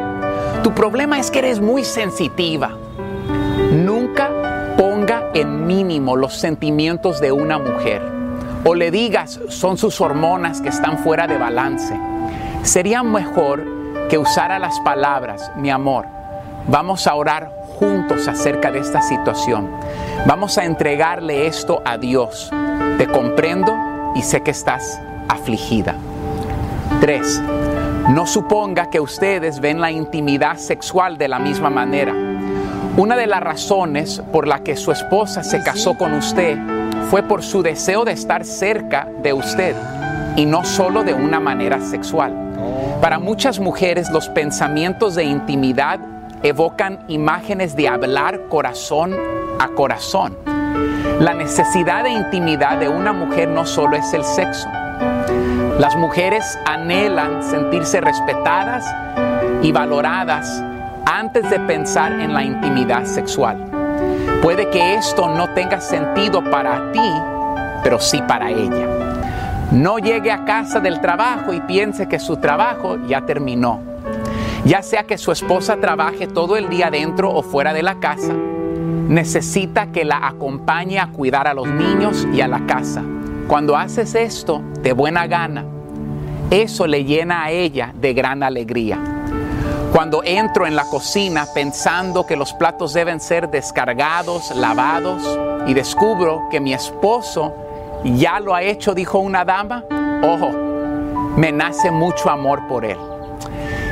Tu problema es que eres muy sensitiva. Nunca ponga en mínimo los sentimientos de una mujer o le digas son sus hormonas que están fuera de balance. Sería mejor que usara las palabras, mi amor, vamos a orar juntos acerca de esta situación. Vamos a entregarle esto a Dios. Te comprendo y sé que estás afligida. 3. No suponga que ustedes ven la intimidad sexual de la misma manera. Una de las razones por la que su esposa se casó con usted fue por su deseo de estar cerca de usted y no solo de una manera sexual. Para muchas mujeres los pensamientos de intimidad evocan imágenes de hablar corazón a corazón. La necesidad de intimidad de una mujer no solo es el sexo. Las mujeres anhelan sentirse respetadas y valoradas antes de pensar en la intimidad sexual. Puede que esto no tenga sentido para ti, pero sí para ella. No llegue a casa del trabajo y piense que su trabajo ya terminó. Ya sea que su esposa trabaje todo el día dentro o fuera de la casa, necesita que la acompañe a cuidar a los niños y a la casa. Cuando haces esto de buena gana, eso le llena a ella de gran alegría. Cuando entro en la cocina pensando que los platos deben ser descargados, lavados, y descubro que mi esposo ya lo ha hecho, dijo una dama, ojo, me nace mucho amor por él.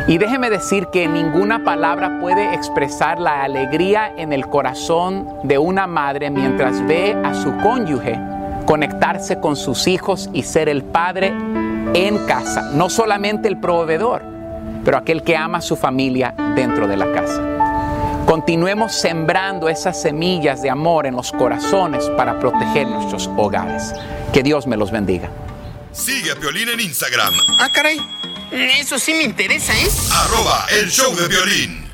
Y déjeme decir que ninguna palabra puede expresar la alegría en el corazón de una madre mientras ve a su cónyuge conectarse con sus hijos y ser el padre en casa, no solamente el proveedor, pero aquel que ama a su familia dentro de la casa. Continuemos sembrando esas semillas de amor en los corazones para proteger nuestros hogares. Que Dios me los bendiga.
Sigue a Piolín en Instagram.
Ah, caray. Eso sí me interesa, ¿eh?
Arroba el show de violín.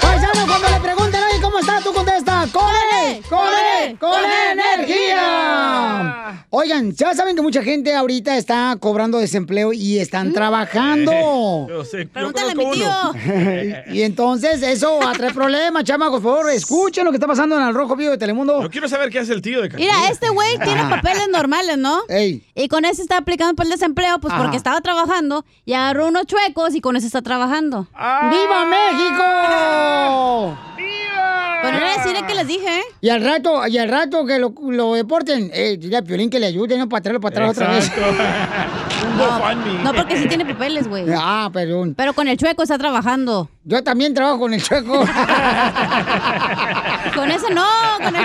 Paisano, cuando le pregunten, oye, ¿cómo estás? Tú contestas, ¡con E! ¡Con E! ¡Con energía! Oigan, ya saben que mucha gente ahorita está cobrando desempleo y están trabajando.
Yo sé, yo
E,
Pregúntale
conozco uno.
y entonces eso atrae problemas, chamacos. Por favor, escuchen lo que está pasando en el Rojo Vivo de Telemundo. Yo
quiero saber qué hace el tío de
Mira, este güey tiene papeles normales, ¿no? Y con ese está aplicando por el desempleo, pues
Ajá.
porque estaba trabajando y agarró unos chuecos y con eso está trabajando.
¡Viva México!
Pero no deciré que les dije, ¿eh?
Y al rato, y al rato que lo, lo deporten, eh, dile a Piolín que le ayude, no para traerlo para atrás otra vez.
No, no, porque sí tiene papeles, güey.
Ah, perdón.
Pero con el chueco está trabajando.
Yo también trabajo con el chueco.
con ese no, con el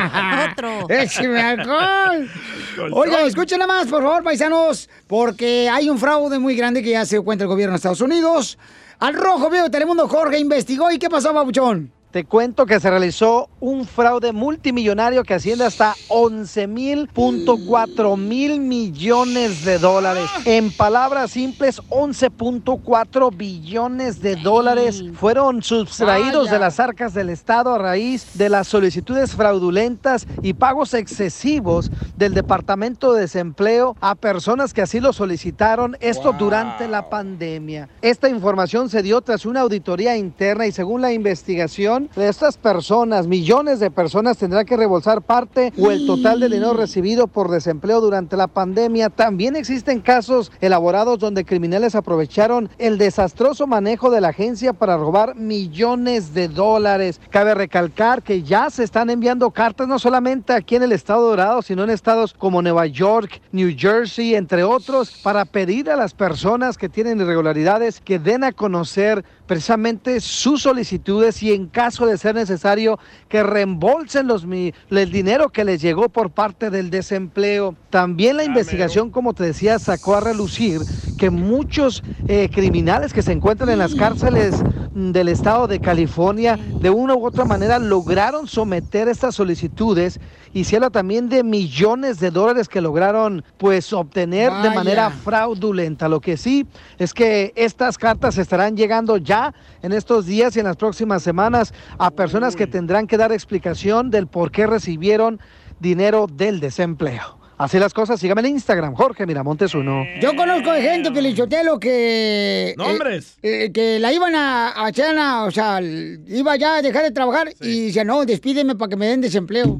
otro.
¡Écheme alcohol!
Pues
Oiga, escuchen nada más, por favor, paisanos, porque hay un fraude muy grande que ya se dio cuenta el gobierno de Estados Unidos. Al rojo veo Telemundo Jorge investigó y ¿qué pasó, babuchón?
Te cuento que se realizó un fraude multimillonario que asciende hasta 11.4 mil millones de dólares.
Ah.
En palabras simples, 11.4 billones de dólares fueron sustraídos de las arcas del Estado a raíz de las solicitudes fraudulentas y pagos excesivos del Departamento de Desempleo a personas que así lo solicitaron, esto durante la pandemia. Esta información se dio tras una auditoría interna y según la investigación de estas personas, millones de personas tendrán que rebolsar parte o el total del dinero recibido por desempleo durante la pandemia. También existen casos elaborados donde criminales aprovecharon el desastroso manejo de la agencia para robar millones de dólares. Cabe recalcar que ya se están enviando cartas no solamente aquí en el estado dorado, sino en estados como Nueva York, New Jersey, entre otros, para pedir a las personas que tienen irregularidades que den a conocer precisamente sus solicitudes y en caso de ser necesario que reembolsen los, mi- el dinero que les llegó por parte del desempleo. También la investigación, como te decía, sacó a relucir que muchos eh, criminales que se encuentran en las cárceles mm, del estado de California de una u otra manera lograron someter estas solicitudes y se habla también de millones de dólares que lograron pues obtener de manera
Vaya.
fraudulenta. Lo que sí es que estas cartas estarán llegando ya en estos días y en las próximas semanas a personas que tendrán que dar explicación del por qué recibieron dinero del desempleo. Así las cosas, sígame en Instagram, Jorge Miramontes uno.
Yo conozco de gente, Pelichotelo, que.
Nombres.
eh, eh, que la iban a, a Chana, o sea, l- iba ya a dejar de trabajar y dice, no, despídeme para que me den desempleo.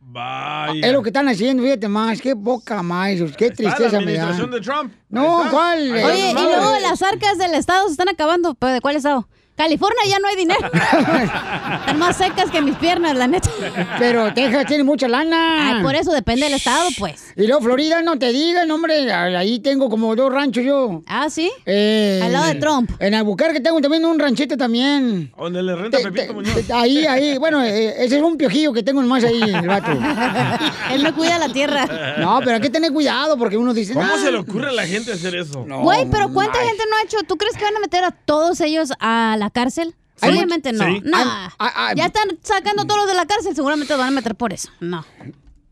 Vaya.
Es lo que están haciendo, fíjate más, qué poca más,
Está
qué
la
tristeza me da.
administración de Trump.
No, ¿cuál?
Oye, y luego las arcas del estado se están acabando. ¿Pero de cuál estado? California ya no hay dinero. Están más secas que mis piernas, la neta.
Pero Texas tiene mucha lana.
Ay, por eso depende del estado, pues.
Y luego Florida, no te digan, hombre, ahí tengo como dos ranchos yo.
Ah, ¿sí?
Al lado de
Trump. En Albuquerque tengo también un ranchito también.
Donde le renta
Te-
Pepito
te-
Muñoz.
Ahí, ahí, bueno, eh, ese es un piojillo que tengo más ahí, el vato.
Él no cuida la tierra.
No, pero hay que tener cuidado porque uno dice.
¿Cómo
"Ah".
se le ocurre a la gente hacer eso?
Güey, pero ¿cuánta gente no ha hecho? ¿Tú crees que van a meter a todos ellos a la cárcel?
Sí.
Obviamente no.
Sí.
No.
Ah,
ya están sacando todos los de la cárcel, seguramente los van a meter por eso. No.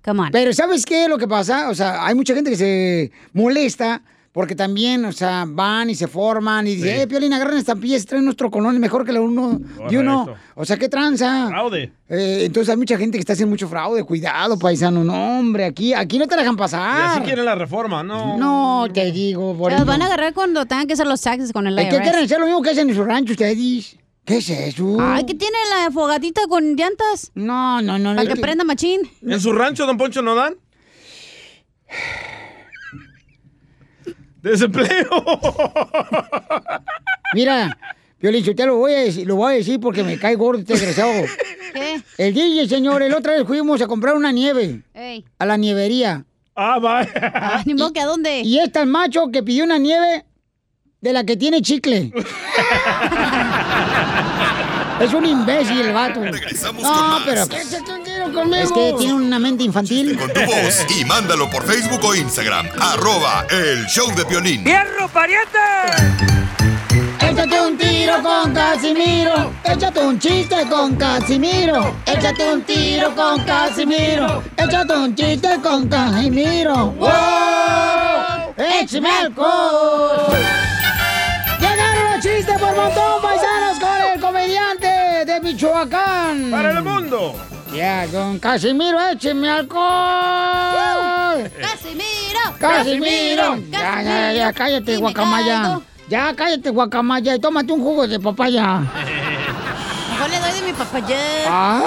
Come on.
Pero ¿sabes qué es lo que pasa? O sea, hay mucha gente que se molesta porque también, o sea, van y se forman y dicen, eh, Piolín, agarran estampillas, traen nuestro colón es mejor que la uno de uno.
Correcto.
O sea, ¿qué tranza?
Fraude.
Eh, entonces hay mucha gente que está haciendo mucho fraude. Cuidado, paisano. No, hombre, aquí, aquí no te dejan
Y así
pasar.
quieren la reforma, ¿no?
No, te digo, por
Los
eso.
van a agarrar cuando tengan que hacer los taxes con el
Es
IRS.
que quieren hacer lo mismo que hacen en su rancho ustedes. ¿Qué es eso?
Ay, que tiene la fogatita con llantas.
No, no, no.
Para que prenda machín.
¿En su rancho, don Poncho, no dan? Desempleo.
Mira, Piolín, yo te lo voy a decir, lo voy a decir porque me cae gordo este desgraciado.
¿Qué?
El DJ, señor, el otra vez fuimos a comprar una nieve
Ey.
a la nievería.
Ah, vaya.
ni modo que a dónde.
Y es tan macho que pidió una nieve de la que tiene chicle. es un imbécil el vato.
con
no,
más.
pero échate un tiro conmigo. es que tiene una mente infantil.
Tu voz y mándalo por Facebook o Instagram. Arroba el show de Piolín.
¡Hierro, pariente! Échate un tiro con Casimiro. Échate un chiste con Casimiro. Échate un tiro con Casimiro. Échate un chiste con Casimiro. ¡Wow! ¡Échame alcohol! ¡Llegaron los chistes por montón, paisanos, con el comediante de Michoacán!
¡Para el mundo!
Ya, don Casimiro, écheme alcohol.
¡Casimiro!
¡Casimiro! Ya, ya, ya, cállate, guacamaya. Ya, cállate, guacamaya, y tómate un jugo de papaya.
Mejor le doy de mi
Ay.
papaya.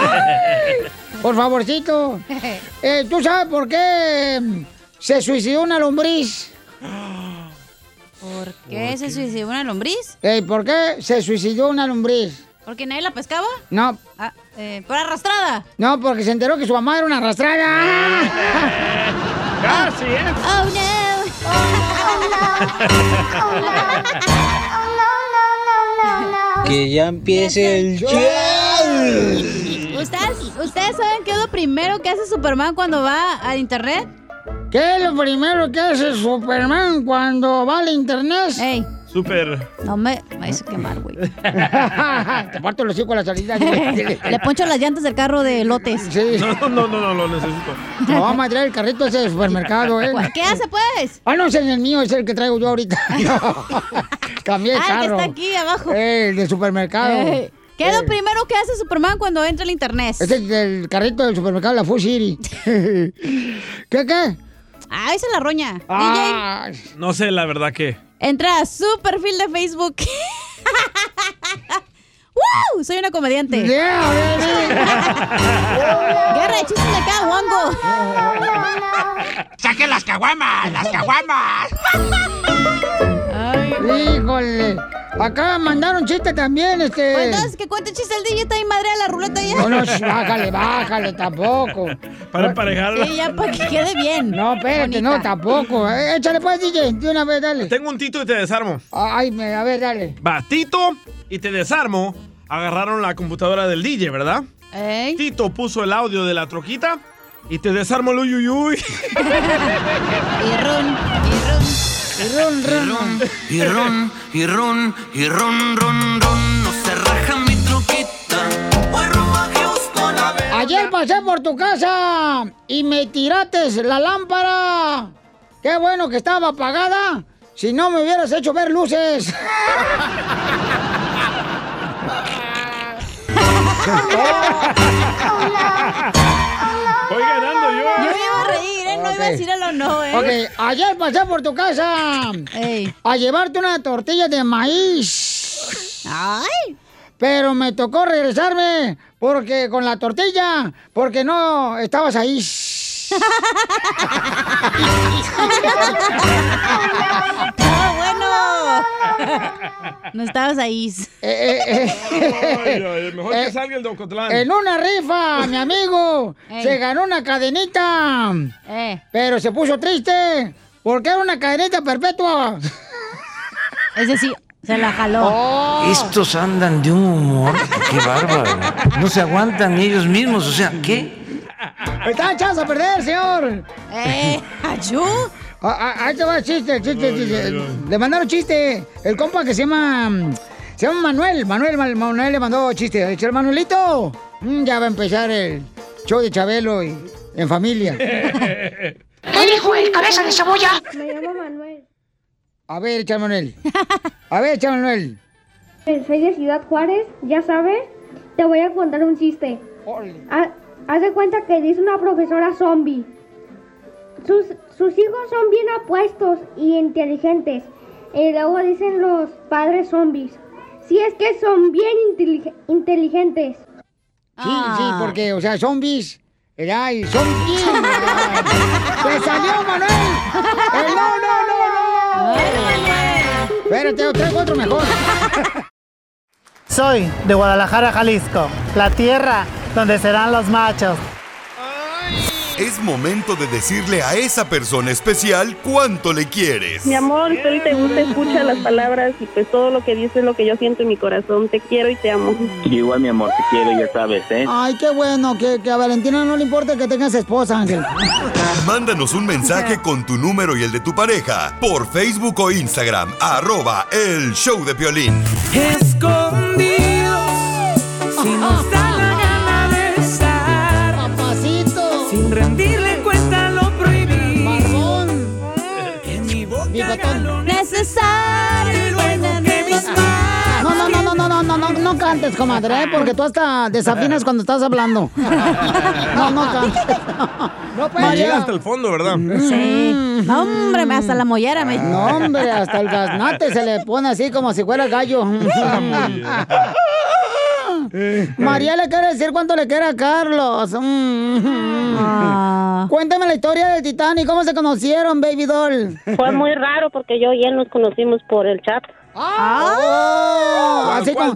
Por favorcito. Eh, ¿Tú sabes por qué mm, se suicidó una lombriz?
¿Por qué se suicidó una lombriz?
Eh, ¿Por qué se suicidó una lombriz?
¿Porque nadie la pescaba?
No,
Ah, eh, ¿Por arrastrada?
no, porque se enteró que su mamá era una arrastrada.
Casi, ¿eh?
Oh, no.
Que ya empiece el
Este,
¿Ustedes, ¿Ustedes saben qué es lo primero que hace Superman cuando va al internet?
¿Qué es lo primero que hace Superman cuando va al internet?
¡Ey!
Super.
No me, me hizo quemar, güey.
Te parto los hijos a la salida.
Le poncho las llantas del carro de lotes.
No, no, no, no, lo necesito.
Te vamos a traer el carrito ese del supermercado, ¿eh?
¿Qué hace, pues?
Ah, no, ese es el mío, es el que traigo yo ahorita. Cambié el
Ah, el que
carro.
está aquí abajo.
Eh, El del supermercado.
Ey, ¿Qué es
Eh,
lo primero que hace Superman cuando entra al internet?
Ese es el carrito del supermercado, la Food City. ¿Qué, qué?
Ah, esa es la roña. DJ,
No sé, la verdad que.
entra a su perfil de Facebook. ¡Wow! Soy una comediante.
Yeah,
Guerra de chistes de acá, Wango.
¡Saquen las caguamas! ¡Las caguamas!
Híjole. Acá mandaron chiste también, este.
Pues entonces, que cuente chiste el DJ, está ahí madre a la ruleta ya.
No, no, sh- bájale, bájale, tampoco.
Para emparejarla.
Sí, ya, para que quede bien.
No, espérate, no, tampoco. Eh, Échale pues, DJ, de una vez, dale.
Tengo un tito y te desarmo.
Ay, me- a ver, dale.
Va, Tito y te desarmo. Agarraron la computadora del DJ, ¿verdad? Tito puso el audio de la troquita y te desarmo el uyuyuy.
Y run,
y run.
Y run, y run, y run, y run, run, run. No se raja mi troquita. Voy rumbo a Houston a ver.
Ayer pasé por tu casa y me tirates la lámpara. Qué bueno que estaba apagada. Si no me hubieras hecho ver luces.
Voy ganando yo.
Yo me iba a reír, ¿eh? No iba a
Ok.
decir el no, ¿eh?
Ok, ayer pasé por tu casa a llevarte una tortilla de maíz. Ay. Pero me tocó regresarme porque con la tortilla, porque no estabas ahí.
No estabas ahí.
Eh,
Ay, ay, mejor que salga el de Ocotlán.
En una rifa, mi amigo,
Ey.
se ganó una cadenita.
Eh.
Pero se puso triste porque era una cadenita perpetua.
Es decir, se la jaló.
Oh.
Estos andan de un humor, qué bárbaro. No se aguantan ni ellos mismos, o sea, ¿qué?
Está chance a perder, señor. Eh, ¿ayú? Ahí te va el chiste, el chiste, el chiste. Le mandaron chiste. El compa que se llama. mm, Se llama Manuel. Manuel, Ma- Manuel le mandó chiste. Dice, "El Manuelito. mm, ya va a empezar el show de Chabelo y, en familia.
¿Qué dijo el cabeza de cebolla? Me llamo Manuel.
A ver, echa Manuel. A ver, echa Manuel.
Soy de Ciudad Juárez, ya sabes. Te voy a contar un chiste. Ha- Haz de cuenta que dice una profesora zombie. Sus, sus hijos son bien apuestos y inteligentes. Y luego dicen los padres zombies. Si es que son bien intelig- inteligentes.
Sí, sí, porque, o sea, zombies. ¿verdad? Y zombies. ¡Se salió, Manuel! ¡El no, no, no, no! Espérate, yo traigo otro mejor.
Soy de Guadalajara, Jalisco, la tierra donde serán los machos.
Es momento de decirle a esa persona especial cuánto le quieres.
Mi amor, espero y te gusta, escucha las palabras y pues todo lo que dices es lo que yo siento en mi corazón. Te quiero y te amo.
Igual, mi amor, te quiero, ya sabes, ¿eh?
Ay, qué bueno, que, que a Valentina no le importa que tengas esposa, Ángel.
Mándanos un mensaje con tu número y el de tu pareja por Facebook o Instagram, arroba el show de violín.
Escondidos, si nos da la gana de estar.
Papacito.
Sin rendirle cuenta a lo prohibido.
En mi boca
Necesario
luego que mis
Ah, No, no, no, no, no, no, no, no, no cantes, comadre, ¿eh? porque tú hasta desafinas cuando estás hablando. No, no cantes. No,
Me pues, llega hasta el fondo, ¿verdad?
Mm.
Sí. No, hombre, me hasta la mollera me.
No, hombre, hasta el gaznate se le pone así como si fuera gallo. María le quiere decir cuánto le quiere a Carlos. Mm.
Ah.
Cuéntame la historia del Titanic, ¿cómo se conocieron, baby doll?
Fue muy raro porque yo y él nos conocimos por el chat.
¡Ah!
¿Cuál-
así como,
cuál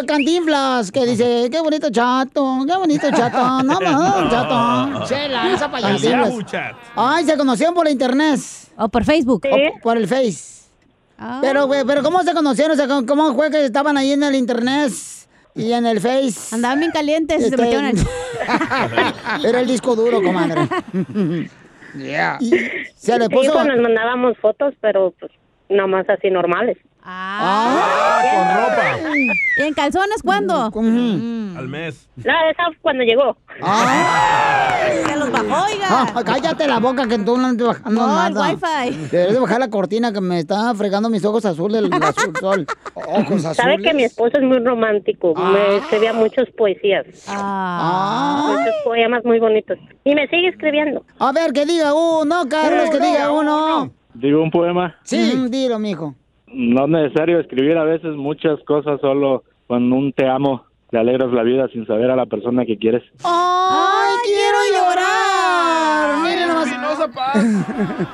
con Cantinflas, que dice, qué bonito chato, qué bonito chato, no, no, chato. Chela, esa payasita. Ay, se conocieron por la internet.
O por Facebook. Ah.
O por el Face. Pero, güey, pero ¿cómo se conocieron? O sea, ¿cómo- ¿cómo fue que estaban ahí en el internet y en el Face? Este, Andaban bien calientes
y se metieron en
Era el disco duro, comadre. Yeah. Se le
Sí,
puso...
pues, nos mandábamos fotos, pero pues nada más así normales.
Ah, con ropa.
¿Y en calzones cuándo?
Mm,
Al mes.
No, esa fue cuando llegó.
Se los bajó, oiga.
Ah, cállate la boca que tú no andas bajando
No, el
nada.
wifi.
Deberías de bajar la cortina que me está fregando mis ojos azules, el azul sol. Ojos azules. Ah.
Sabe que mi esposo es muy romántico. Me escribía muchas poesías. Muchos poemas muy bonitos. Y me sigue escribiendo.
A ver, que diga uno, Carlos, que diga uno.
Digo un poema.
Sí. dilo, mijo.
No es necesario escribir a veces muchas cosas, solo con un te amo le alegras la vida sin saber a la persona que quieres.
¡Ay, quiero llorar! Miren
nomás.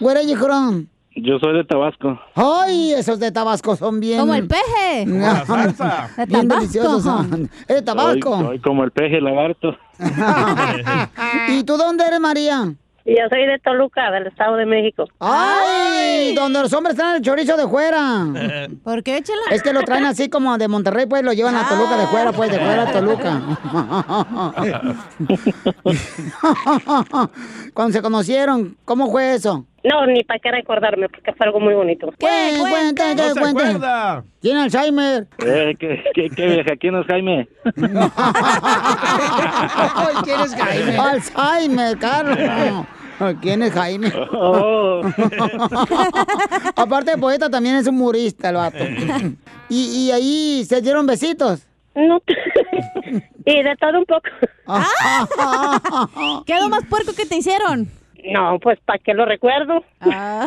Where are you from?
Yo soy de Tabasco.
¡Ay, esos de Tabasco son bien!
Como el peje.
No,
De
bien
Tabasco.
deliciosos son. ¿Es de Tabasco?
Soy, soy como el peje lagarto.
¿Y tú dónde eres, María?
Y yo soy de Toluca, del Estado de México.
Ah. ¡Ay! Donde los hombres traen el chorizo de fuera.
¿Por qué, chela?
Es que lo traen así como de Monterrey, pues lo llevan a Toluca de fuera, pues de fuera a Toluca. Cuando se conocieron, ¿cómo fue eso?
No, ni para qué recordarme, porque fue algo muy bonito.
¿Qué? Cuente,
No
que
se
cuente.
acuerda.
Tiene Alzheimer.
Eh, ¿qué, qué, qué vieja? ¿Quién es Jaime?
Ay, ¿Quién es Jaime? Alzheimer, Carlos. ¿Quién es Jaime? Oh. Aparte de poeta, también es humorista el vato. ¿Y, y ahí se dieron besitos?
No. y de todo un poco.
Ah. Quedó más puerco que te hicieron.
No, pues para qué lo recuerdo.
Ah,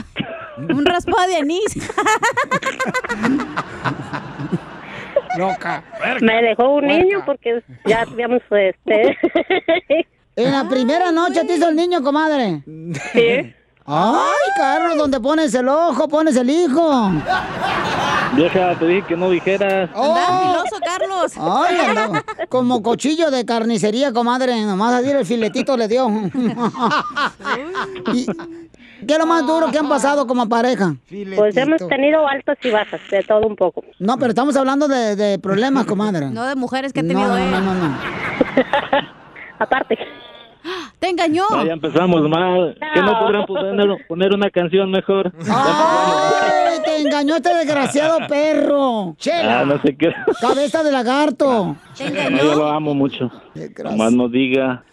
un raspado de anís.
Loca.
Me dejó un niño porque ya habíamos este.
En la primera noche te hizo el niño, comadre.
Sí.
Ay, Carlos, donde pones el ojo, pones el hijo.
Vieja, te dije que no dijeras.
Oh.
Andaba filoso, Carlos.
Ay, andaba como cochillo de carnicería, comadre. Nomás así el filetito le dio. Y- ¿Qué es lo más duro que han pasado como pareja?
Ah. Pues hemos tenido altas y bajas, de todo un poco.
No, pero estamos hablando de, de problemas, comadre.
No de mujeres que ha tenido ¿eh? él.
no, no, no.
Aparte.
Te engañó.
No, Ah, ya empezamos mal. Que no podrán poner, poner una canción mejor.
¡Ay, te engañó este desgraciado perro!
Ah,
¡Chela!
no sé qué.
¡Cabeza de lagarto!
No, yo lo amo mucho. Nomás no diga.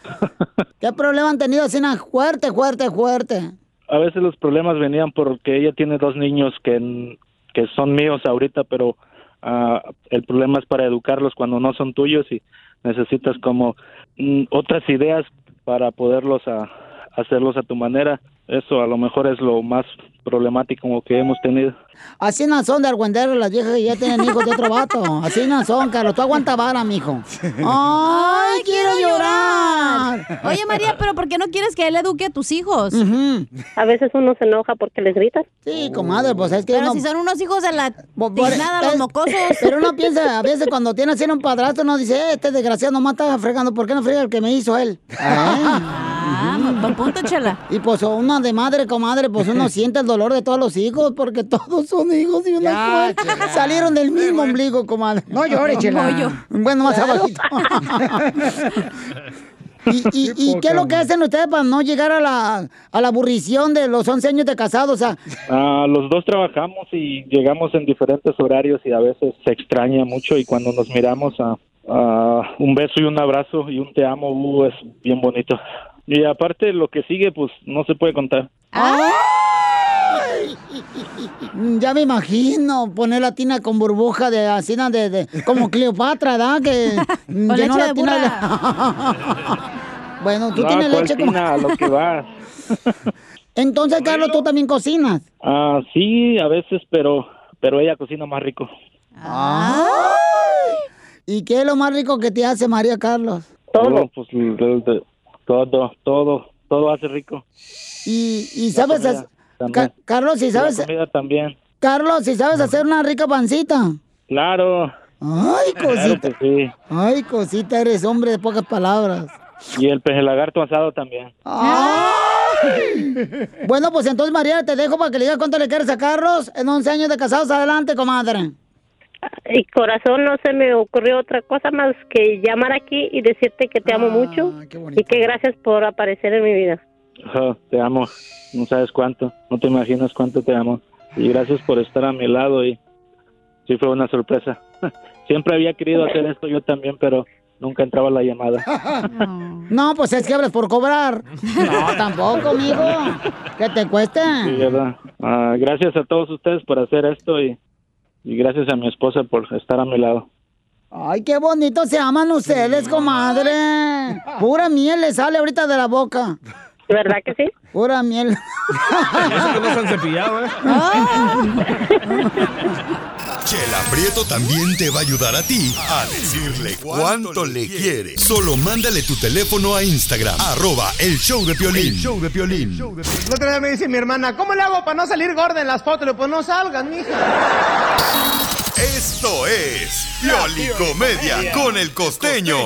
¿Qué problema han tenido así? na? Fuerte, fuerte, fuerte.
A veces los problemas venían porque ella tiene dos niños que, n- que son míos ahorita, pero ah, el problema es para educarlos cuando no son tuyos y necesitas como mm, otras ideas para poderlos a, hacerlos a tu manera. Eso a lo mejor es lo más problemático que hemos tenido.
Así no son de argüenderos las viejas que ya tienen hijos de otro vato. Así no son, Carlos. Tú aguanta vara, mijo. ¡Ay, quiero llorar!
Oye, María, pero ¿por qué no quieres que él eduque a tus hijos?
A veces uno se enoja porque les gritan.
Mm. Sí, comadre, pues es que
Pero
no-
si son unos hijos de la
Por-
tiznada, los
es-
mocosos.
Pero uno piensa, a veces cuando tiene así un padrastro, uno dice, "Eh, este desgraciado nomás está fregando, ¿por qué no frega el que me hizo él? Ah,
buen punto, chela.
Y pues uno de madre, comadre, pues uno siente el dolor de todos los hijos, porque todos son hijos y uno
Ya,
es igual.
Chela.
salieron del mismo ombligo, comadre. No llores, chela.
No, yo.
Bueno, más abajito. ¿Y, y- y qué es lo que hacen ustedes para no llegar a la, a la aburrición de los 11 años de casados? O sea,
Ah, los dos trabajamos y llegamos en diferentes horarios y a veces se extraña mucho y cuando nos miramos a un beso y un abrazo y un te amo uh, es bien bonito. Y aparte lo que sigue pues no se puede contar.
Mm, Ya me imagino poner la tina con burbuja de así, ¿no? de, de- como Cleopatra, ¿verdad? Que mm,
Con
llenó
leche
la
de
tina bueno, tú tienes
Ah, ¿cuál
leche como-
tina? A lo que vas.
Entonces, Carlos, tú también cocinas.
Ah, sí, a veces, pero pero ella cocina más rico.
Ah. ¿Y qué es lo más rico que te hace María Carlos?
Todo. Pues, l- l- de- todo, todo, todo hace rico.
Y, y sabes,
comida
ha- Pues, Ca- Carlos, ¿y
Y
sabes?
La comida también.
Carlos, si sabes hacer una rica pancita.
Claro.
Ay,
Claro
cosita.
que sí.
Ay, cosita, eres hombre de pocas palabras.
Y el peje lagarto asado también.
Bueno, pues entonces, María, te dejo para que le digas cuánto le quieres a Carlos en 11 años de casados. Adelante, comadre.
Y corazón, no se me ocurrió otra cosa más que llamar aquí y decirte que te
Ah,
amo mucho y que gracias por aparecer en mi vida.
Ajá, te amo. No sabes cuánto. No te imaginas cuánto te amo. Y gracias por estar a mi lado. Y sí fue una sorpresa. Siempre había querido hacer esto yo también, pero nunca entraba la llamada.
No, pues es que hablas por cobrar. No, tampoco, amigo. Que te cueste.
Sí, ¿verdad? Ah, gracias a todos ustedes por hacer esto y, y gracias a mi esposa por estar a mi lado.
Ay, qué bonito se aman ustedes, comadre. Pura miel le sale ahorita de la boca.
¿Verdad que sí?
Pura miel.
Eso que no se han cepillado, ¿eh?
Ah.
Chela Prieto también te va a ayudar a ti a decirle cuánto le quiere. Solo mándale tu teléfono a Instagram, arroba el show de Piolín. show de Piolín.
El otro día me dice mi hermana, ¿cómo le hago para no salir gorda en las fotos? Le digo, pues no salgan, mija.
Esto es Pioli Comedia con el costeño.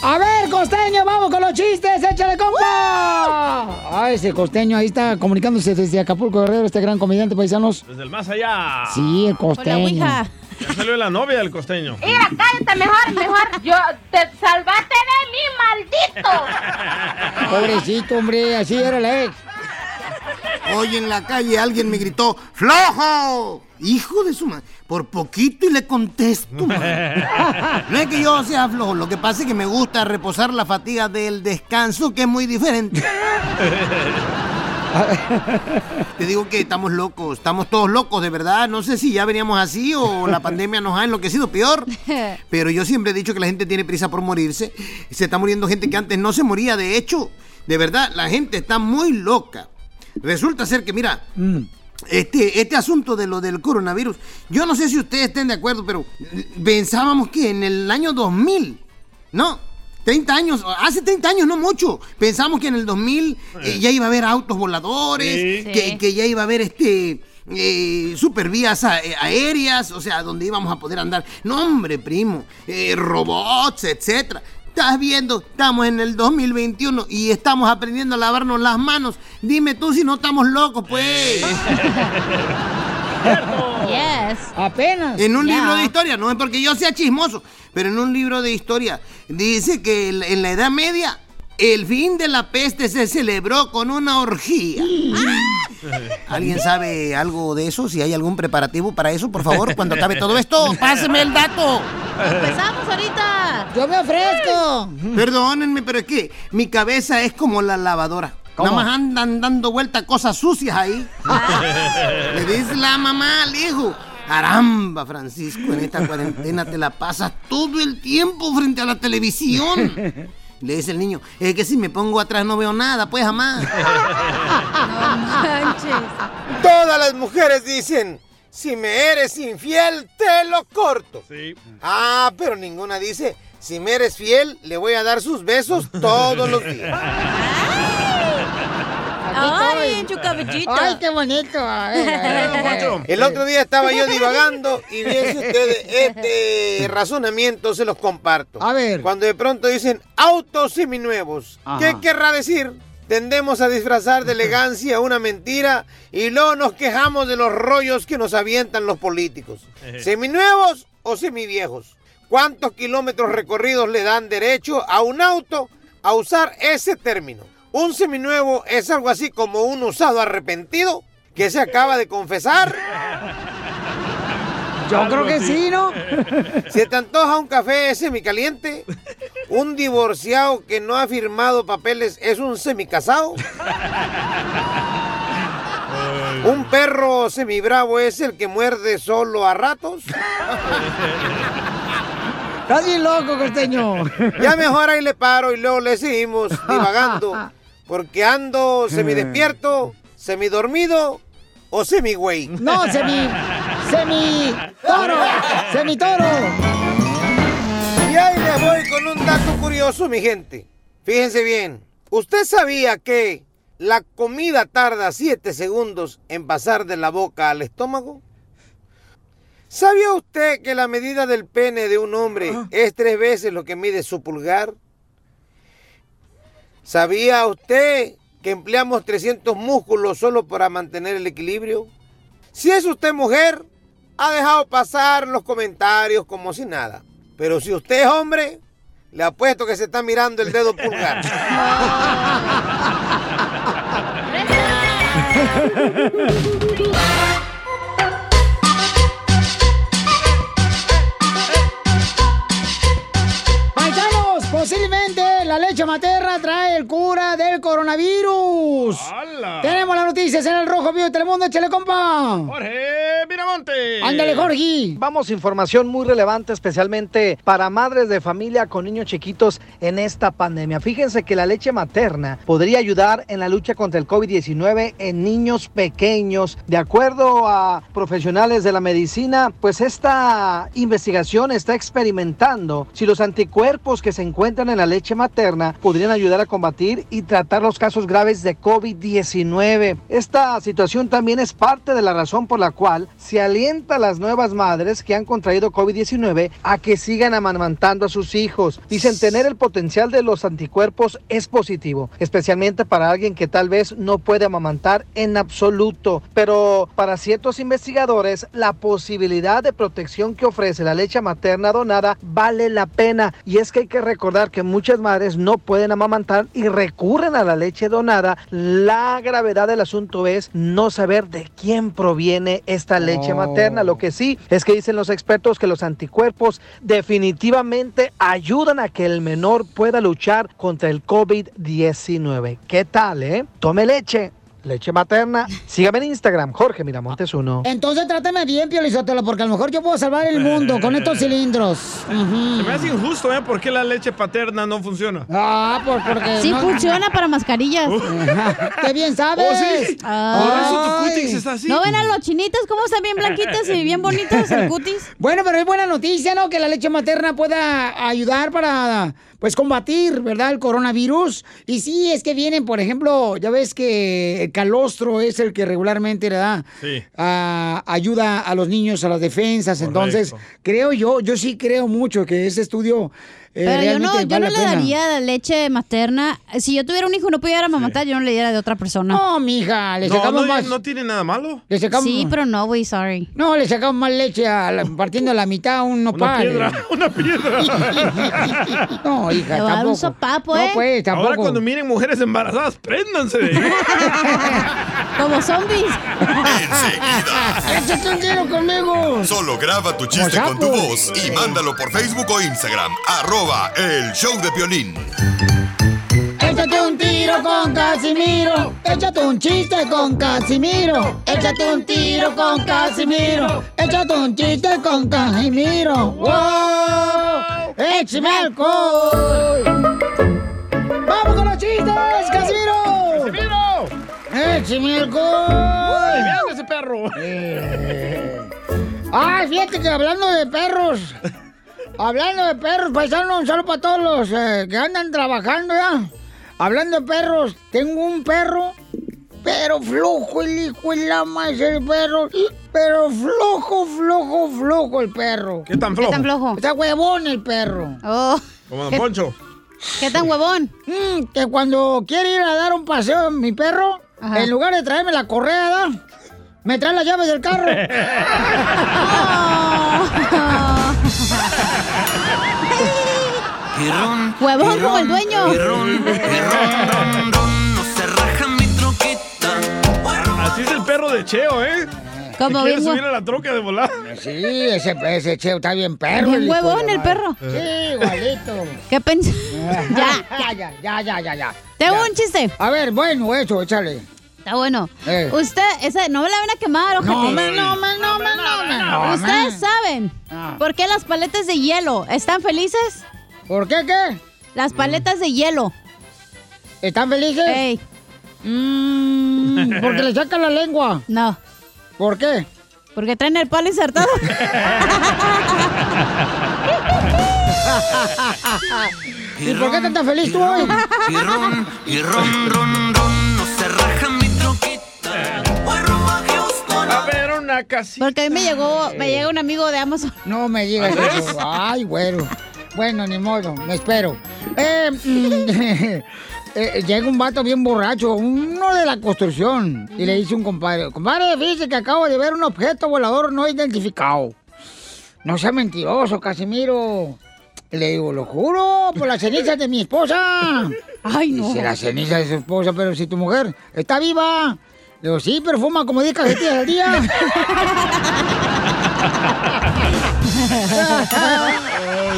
A ver, costeño, vamos con los chistes, échale compa. Ay, ese costeño ahí está comunicándose desde Acapulco Guerrero, este gran comediante paisanos.
Desde el más allá.
Sí, el costeño.
Ya salió la novia del costeño.
Mira, cállate mejor, mejor. Yo te salvaste de mí, maldito.
Pobrecito, hombre, así era la ex.
Hoy en la calle alguien me gritó, ¡flojo! Hijo de su madre, por poquito y le contesto. madre. No es que yo sea flojo, lo que pasa es que me gusta reposar la fatiga del descanso, que es muy diferente. Te digo que estamos locos, estamos todos locos, de verdad. No sé si ya veníamos así o la pandemia nos ha enloquecido peor. Pero yo siempre he dicho que la gente tiene prisa por morirse. Se está muriendo gente que antes no se moría. De hecho, de verdad, la gente está muy loca. Resulta ser que, mira, este, este asunto de lo del coronavirus, yo no sé si ustedes estén de acuerdo, pero pensábamos que en el año 2000, ¿no? 30 años, hace 30 años, no mucho. Pensamos que en el 2000 eh, ya iba a haber autos voladores,
Sí.
que,
Sí.
que ya iba a haber este eh, supervías a- eh, aéreas, o sea, donde íbamos a poder andar. No, hombre, primo, eh, robots, etcétera. Estás viendo, estamos en el 2021 y estamos aprendiendo a lavarnos las manos. Dime tú si no estamos locos, pues.
Yes.
Apenas.
En un
Ya.
libro de historia, no es porque yo sea chismoso, pero en un libro de historia dice que en la- en la Edad Media el fin de la peste se celebró con una orgía.
Ah.
¿Alguien sabe algo de eso? Si hay algún preparativo para eso, por favor, cuando acabe todo esto, páseme el dato.
Empezamos ahorita.
Yo me ofrezco.
Perdónenme, pero es que mi cabeza es como la lavadora.
¿Cómo?
Nada más andan dando vueltas cosas sucias ahí.
Ah.
Le dice la mamá al hijo. Caramba, Francisco, en esta cuarentena te la pasas todo el tiempo frente a la televisión. Le dice el niño, es que si me pongo atrás no veo nada, pues jamás.
Todas las mujeres dicen, si me eres infiel, te lo corto. Ah, pero ninguna dice, si me eres fiel, le voy a dar sus besos todos los días.
Ay, en tu cabellito.
Ay, qué bonito.
Eh, El otro día estaba yo divagando y viese ustedes este razonamiento, se los comparto. A ver. Cuando de pronto dicen autos seminuevos, ¿qué
Ajá.
querrá decir? Tendemos a disfrazar de elegancia una mentira y luego nos quejamos de los rollos que nos avientan los políticos. ¿Seminuevos o semiviejos? ¿Cuántos kilómetros recorridos le dan derecho a un auto a usar ese término? Un seminuevo es algo así como un usado arrepentido que se acaba de confesar.
Yo creo que sí, ¿no?
¿Se te antoja un café semicaliente? ¿Un divorciado que no ha firmado papeles es un semicasado? ¿Un perro semibravo es el que muerde solo a ratos?
Casi loco, costeño.
Ya mejor ahí le paro y luego le seguimos divagando. Porque ando semidespierto, semidormido o semigüey.
No, semi. semi. toro. Semi toro.
Y ahí les voy con un dato curioso, mi gente. Fíjense bien. ¿Usted sabía que la comida tarda 7 segundos en pasar de la boca al estómago? ¿Sabía usted que la medida del pene de un hombre
Ah.
es tres veces lo que mide su pulgar? ¿Sabía usted que empleamos 300 músculos solo para mantener el equilibrio? Si es usted mujer, ha dejado pasar los comentarios como si nada. Pero si usted es hombre, le apuesto que se está mirando el dedo pulgar.
Paisanos, posiblemente la leche materna trae el cura del coronavirus. Tenemos las noticias en el Rojo Vivo de Telemundo, échale compa.
Jorge Miramonte.
Vamos, información muy relevante, especialmente para madres de familia con niños chiquitos en esta pandemia. Fíjense que la leche materna podría ayudar en la lucha contra el COVID-19 en niños pequeños. De acuerdo a profesionales de la medicina, pues esta investigación está experimentando si los anticuerpos que se encuentran en la leche materna podrían ayudar a combatir y tratar los casos graves de COVID-19. Esta situación también es parte de la razón por la cual se alienta a las nuevas madres que han contraído COVID-19 a que sigan amamantando a sus hijos. Dicen tener el potencial de los anticuerpos es positivo, especialmente para alguien que tal vez no puede amamantar en absoluto. Pero para ciertos investigadores, la posibilidad de protección que ofrece la leche materna donada vale la pena. Y es que hay que recordar que muchas madres no pueden amamantar y recurren a la leche donada. La gravedad del asunto es no saber de quién proviene esta leche
Oh.
materna. Lo que sí es que dicen los expertos que los anticuerpos definitivamente ayudan a que el menor pueda luchar contra el COVID-19. ¿Qué tal, eh? Tome leche. leche materna. Sígame en Instagram, Jorge Miramontes 1.
Entonces trátame bien, Piolizotelo, porque a lo mejor yo puedo salvar el mundo con estos cilindros. Ujú.
Se me hace injusto, ¿eh? ¿Por qué la leche paterna no funciona?
Ah, por, porque...
Sí
no-
funciona para mascarillas.
¡Qué bien sabes!
¿O
¿Oh, sí? Por eso tu cutis está así.
¿No ven a los chinitos cómo están bien blanquitas y bien bonitas
Eh,
el cutis?
Bueno, pero es buena noticia, ¿no? Que la leche materna pueda ayudar para, pues, combatir, ¿verdad? El coronavirus. Y sí, es que vienen, por ejemplo, ya ves que el calostro es el que regularmente le da
Sí.
a- ayuda a los niños a las defensas. Entonces, creo yo, yo sí creo mucho que ese estudio eh,
Pero yo no,
realmente
yo no
vale la
le
pena.
daría la leche materna. Si yo tuviera un hijo y no pudiera mamatar, yo no le diera de otra persona.
No, mija, le
No,
sacamos
no,
más.
no tiene nada malo.
Le sacamos-
Sí, pero no, güey, sorry.
No, le sacamos más leche a la- partiendo la mitad a un nopal.
piedra, una piedra.
no, hija,
Le va a dar un
tampoco.
sopapo,
No,
¿eh?
pues, tampoco.
Ahora cuando miren mujeres embarazadas, préndanse de ahí.
Como zombies.
¡Échate un tiro conmigo!
Solo graba tu chiste
Como
con tu
sapo.
voz y mándalo por Facebook o Instagram. Arroba el show de violín.
Échate un tiro con Casimiro. Échate un chiste con Casimiro. Échate un tiro con Casimiro. Échate un chiste con Casimiro. ¡Wow! ¡Échame alcohol! ¡Vamos con los chistes, Casimiro!
¡Casimiro!
¡Échame alcohol!
¡Vean ese perro!
Eh, Ay, fíjate que hablando de perros, hablando de perros, paisano, un saludo para todos los eh, que andan trabajando ya. Hablando de perros, tengo un perro, pero flojo el hijo y la más el perro, pero flojo, flojo, flojo el perro.
¿Qué tan flojo? ¿Qué tan flojo?
Está huevón el perro.
Como Don Poncho.
¿Qué tan huevón? Mm, que cuando quiere ir a dar un paseo mi perro, en lugar de traerme la correa, ¿da? me trae las llaves del carro.
Pirrón,
Huevón como el dueño.
Así es el perro de Cheo, ¿eh?
Como
Se quiere
bien
subir
hue-
a la troca de volar.
Sí, ese, ese cheo está bien perro.
Bien
el hijo de
huevón
la
el
madre. Eh,
perro.
Sí, igualito.
¿Qué pensás? ya.
ya, ya, ya, ya, ya, ya.
Tengo un chiste.
A ver, bueno, eso, échale.
Está bueno.
Eh.
Usted, esa, no me la van a quemar, ojete.
No, me, no, me, no, me, no, me. no, Ah.
¿Ustedes
me.
saben por qué las paletas de hielo están felices?
¿Por qué qué?
Las paletas de hielo.
¿Están felices?
Ey.
Mm, porque le sacan la lengua.
No.
¿Por qué?
Porque traen el palo insertado.
¿Y por qué estás feliz tú hoy?
Y ron, ron, ron, no se raja mi troquita. Voy a Houston.
A ver, una casita.
Porque a mí me llegó, me llega un amigo de Amazon.
No me digas eso. Ay, güero. Bueno, ni modo, me espero. Eh, mm, eh, llega un vato bien borracho, uno de la construcción, y le dice un compadre, compadre, fíjese que acabo de ver un objeto volador no identificado. No sea mentiroso, Casimiro. Le digo, lo juro, por las cenizas de mi esposa. Ay,
no.
Dice, las cenizas de su esposa, pero si tu mujer está viva. Le digo, sí, pero fuma como 10 cajetillas al día.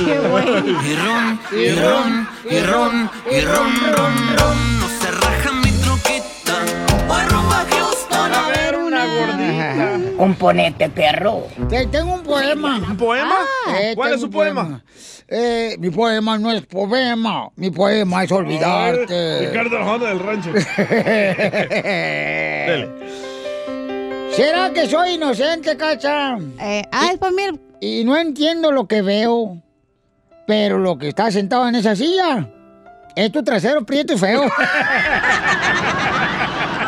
Qué bueno. Y ron, y ron, y ron, y ron, ron, ron, no se raja mi troquita. Voy rumbo a Houston. A ver una gordita.
Un ponete, perro. tengo un poema. Ah. ¿Un
poema? ¿Cuál es su poema?
Eh, mi poema no es poema. Mi poema es olvidarte.
Ricardo Arjona del rancho. Dele.
¿Será que soy inocente, cacha?
ah, es para mí.
Y no entiendo lo que veo. Pero lo que está sentado en esa silla es tu trasero prieto y feo.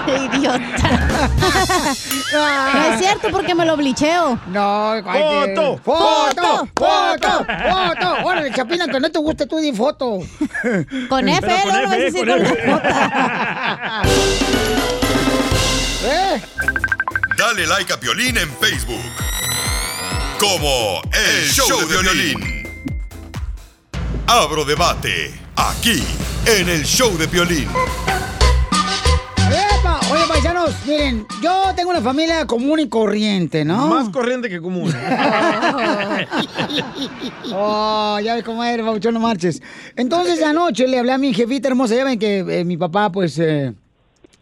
Idiota. No es cierto porque me lo blicheo.
No, ay,
foto,
que- ¡Foto! ¡Foto! ¡Foto! Órale, Chapina, que no te guste tú di foto.
Con F, Pero con luego F, vas a decir con con F.
¿Eh?
Dale like a Piolín en Facebook. Como el, show, de violín. Abro debate aquí en el show de violín.
¡Epa! Oye, paisanos, miren, yo tengo una familia común y corriente, ¿no?
Más corriente que común.
Oh, ya ves cómo eres, Babuchón, no marches. Entonces, anoche le hablé a mi jefita hermosa. Ya ven que eh, mi papá, pues, eh,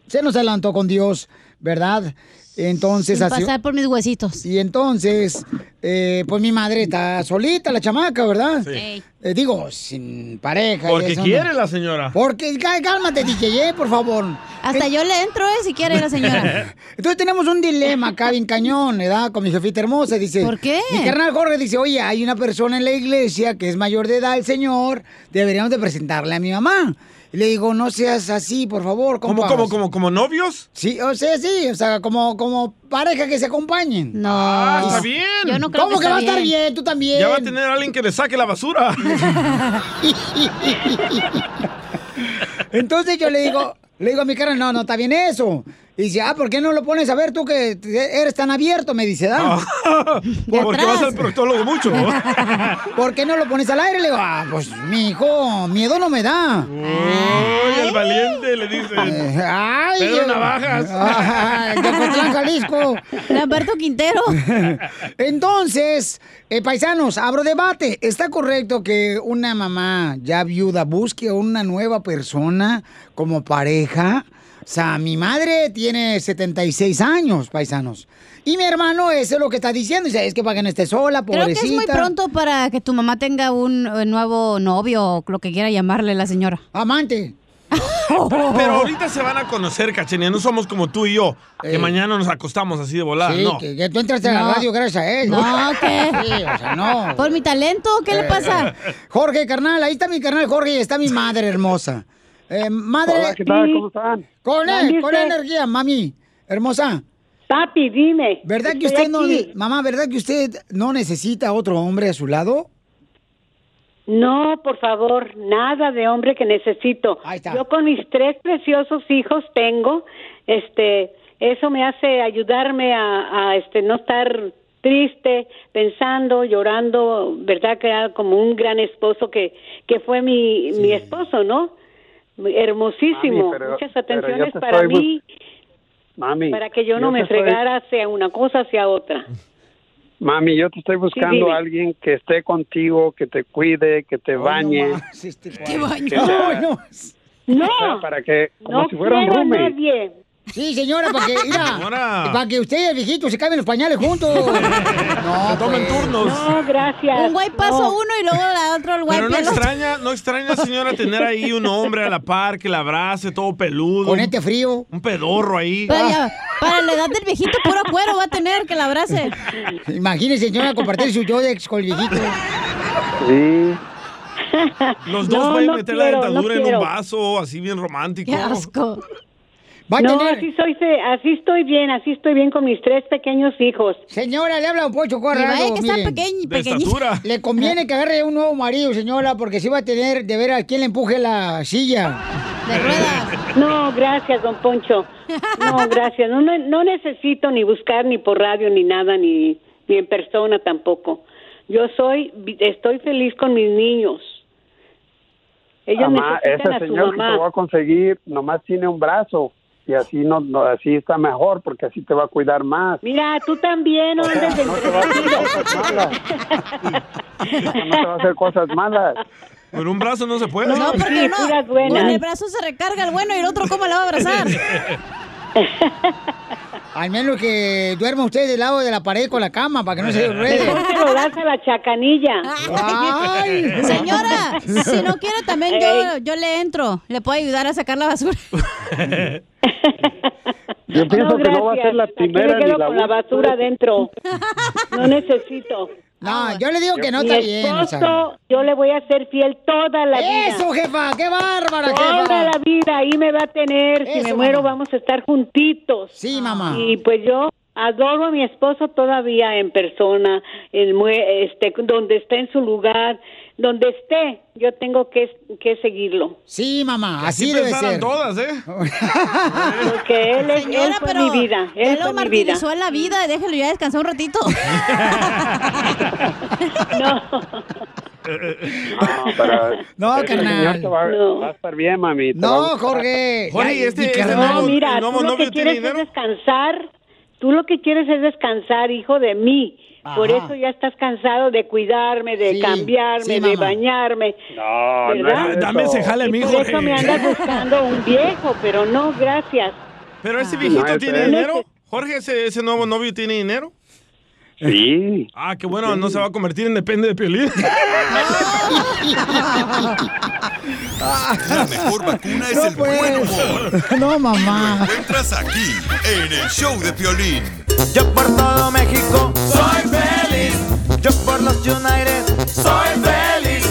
se nos adelantó con Dios, ¿verdad? Entonces,
Sin pasar
por mis huesitos. Y entonces, eh, pues mi madre está solita, la chamaca, ¿verdad?
Sí. Ey.
Eh, digo, sin pareja. y
Porque
eso, ¿no?
quiere la señora.
Porque, cá- cálmate, DJ, eh, por favor. Hasta yo le entro, eh, si quiere
la señora.
Entonces tenemos un dilema acá, bien cañón, ¿verdad? Con mi jefita hermosa, dice. ¿Por qué? Mi carnal Jorge dice, oye, hay una persona en la iglesia que es mayor de edad, el señor, deberíamos de presentarle a mi mamá. Y le digo, no seas así, por favor,
¿Cómo,
compa.
cómo, cómo, como novios?
Sí, o sea, sí, o sea, como, como pareja que se acompañen. No.
Ah, está bien. Yo no creo
¿Cómo
que
que,
está
va a estar
bien?
bien? Tú también.
Ya va a tener alguien que le saque la basura.
Entonces yo le digo, le digo a mi cara, no, no está bien eso. Y dice, ah, ¿por qué no lo pones a ver tú que te- eres tan abierto? Me dice, da.
Porque vas al proctólogo mucho.
¿Por qué no lo pones al aire? Le digo, ah, pues, mi hijo, miedo no me da.
Uy, el valiente le dice.
Ay,
Pedro
eh,
Navajas.
ay, de Ocotlán, Jalisco. Lamberto Quintero. Entonces, eh, paisanos, abro debate. ¿Está correcto que una mamá ya viuda busque a una nueva persona como pareja? O sea, mi madre tiene 76 años, paisanos. Y mi hermano, eso es lo que está diciendo. Dice, es que para que no esté sola,
Creo
pobrecita.
que es muy pronto para que tu mamá tenga un eh, nuevo novio o lo que quiera llamarle la señora.
Amante.
Pero ahorita se van a conocer, Cachenía. No somos como tú y yo, que mañana nos acostamos así de volada.
Sí,
no.
que, que tú entraste a la
No.
radio gracias a él.
No, ¿qué?
Sí, o sea, no.
¿Por mi talento? ¿Qué le pasa?
Jorge, carnal, ahí está mi carnal Jorge y está mi madre hermosa. Eh, madre.
Hola, ¿qué tal? ¿Cómo están?
Con, e,
Mande
con
usted.
energía, mami. Hermosa.
Papi, dime.
¿Verdad que
estoy
usted no.
aquí.
Mamá, ¿verdad que usted no necesita a otro hombre a su lado?
No, por favor, nada de hombre que necesito. Yo con mis tres preciosos hijos tengo, este, eso me hace ayudarme a, a, este, no estar triste, pensando, llorando, verdad que era como un gran esposo que, que fue mi, mi esposo, ¿no? Hermosísimo,
Mami, pero-
muchas
pero yo
atenciones
te
para
estoy bus-
mí,
Mami.
para que yo no me
te estoy-
fregara hacia una cosa, hacia otra.
mami, yo te estoy buscando
dime.
a alguien que esté contigo, que te cuide, que te bañe.
Qué baño.
que sea-
No.
Para que, como
No
si fuera un
quiero a
roommate.
nadie.
Sí, señora, para que, mira,
Señora.
para que usted y el viejito se cambien los pañales juntos. pues. No,
tomen turnos.
No, gracias.
Un güey paso
No.
uno y luego la otro el güey
Pero no
pelo-
extraña, no extraña, señora, tener ahí un hombre a la par que la abrace, todo peludo.
Con este frío.
Un pedorro ahí.
Para,
Ah.
Ah,
ya- para la edad del viejito, puro cuero va a tener que la abrace.
Imagínese, señora, compartir su yodex con el viejito.
Sí.
Los dos
No,
pueden
no
meter
quiero,
la dentadura
no
en
quiero.
un vaso, así bien romántico.
Va a
no,
tener-
así, soy, fe- así estoy bien, así estoy bien con mis tres pequeños hijos.
Señora, le habla un pocho
Y vaya
corrado.
"Eh, que está
miren.
pequeñ- De pequeñito. estatura.
Le conviene que agarre un nuevo marido, señora, porque si va a tener de ver a quién le empuje la silla.
No, gracias, don Poncho. No, gracias. No, no, no necesito ni buscar ni por radio ni nada, ni, ni en persona tampoco. Yo soy, vi- estoy feliz con mis niños. Ellos
Mamá,
necesitan
ese
a su
señor que te va
mamá.
a conseguir nomás tiene un brazo y así no, no- así está mejor porque así te va a cuidar más.
Mira, tú también, no andes de
No te va a hacer cosas malas.
Con un brazo no se puede.
No, porque no.
buenas.
Con el brazo se recarga el bueno y el otro, ¿cómo la va a abrazar?
Al menos que duerma usted del lado de la pared con la cama para que
Eh.
no se ruede.
Mejor te lo das a la chacanilla.
Ay.
Señora, si no quiere también yo, yo le entro. Le puedo ayudar a sacar la basura.
Yo pienso que no va a ser la
Aquí me
primera ni
quedo
la
con la
última.
basura adentro. No necesito.
No, yo le digo que no
Mi
está bien, o sea.
esposo, yo le voy a ser fiel toda la vida.
Eso, jefa, qué bárbara, jefa.
Toda la vida, ahí me va a tener. si
Eso,
me muero,
mamá.
vamos a estar juntitos.
Sí, mamá.
Y pues yo adoro a mi esposo todavía en persona, en mue- este, donde esté en su lugar, donde esté, yo tengo que, que seguirlo.
Sí, mamá,
así debe
pensaran
ser.
todas, ¿eh?
Porque él, es, él
Señora,
fue
pero
mi vida. Él
ya lo
fue mi vida.
martirizó a la vida. Déjelo ya descansar un ratito.
No, pero
No,
ese
carnal.
señor te va,
No.
va a estar bien, mami. te va a
No,
gustar.
Jorge.
Jorge,
Ya,
este-
mi
este
carnal.
No, mira, tú lo que quieres es descansar. Tú lo que quieres es descansar, hijo de mí. Por
Ajá.
eso ya estás cansado de cuidarme, de
Sí,
cambiarme,
sí,
de
mamá.
bañarme.
No, no es
¿verdad?
eso.
Y Por eso me andas buscando un viejo, pero no, gracias.
¿Pero ese viejito
No, ese-
tiene dinero? ¿Jorge, ese, ese nuevo novio tiene dinero?
Sí.
Ah, qué bueno, no se va a convertir en depende de Piolín.
La mejor vacuna es
No,
el buen
pues.
humor.
No, mamá.
Encuentras aquí, en el show de Piolín.
Yo por todo México soy feliz. Yo por los United soy feliz.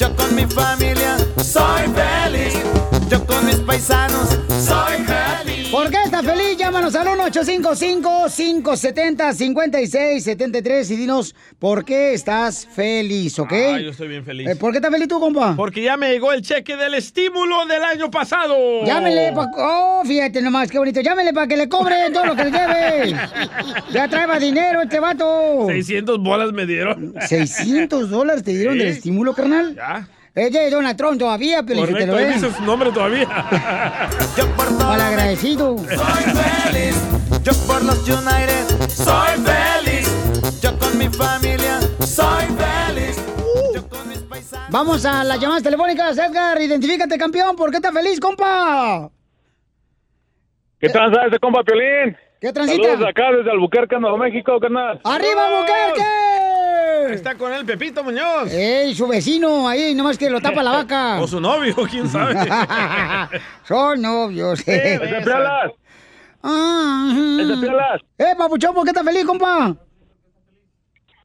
Yo con mi familia soy feliz. Yo con mis paisanos soy feliz.
¿Por qué estás feliz? Llámanos al 1-855-570-5673 y dinos por qué estás feliz, ¿ok?
Ah, yo estoy bien feliz.
Eh, ¿Por qué estás feliz tú, compa?
Porque ya me llegó el cheque del estímulo del año pasado.
Llámele, pa- oh, fíjate nomás, qué bonito. Llámele para que le cobre todo lo que le debe. Ya traeba dinero este vato.
600 bolas me dieron.
600 dólares te dieron
Sí.
del estímulo, carnal. Eh, Ya. Es de Donald Trump todavía, pero si te lo
Correcto, ahí
ven.
dice su nombre todavía.
Mal agradecido.
Yo por los United soy feliz. Yo con mi familia soy feliz.
Vamos a las llamadas telefónicas, Edgar. Identifícate, campeón. ¿Por qué estás feliz, compa?
¿Qué tranza ese compa Piolín?
¿Qué transita?
Saludos acá desde Albuquerque, Nuevo México, carnal.
¡Arriba, Buquerque!
Está con él Pepito Muñoz.
¡Ey, su vecino! Ahí, nomás que lo tapa la vaca.
O su novio, quién sabe.
Son novios. eh.
¡Ese Pialas!
¡Ese
¡Ese Pialas!
¡Eh, papuchón, ¿por qué estás feliz, compa?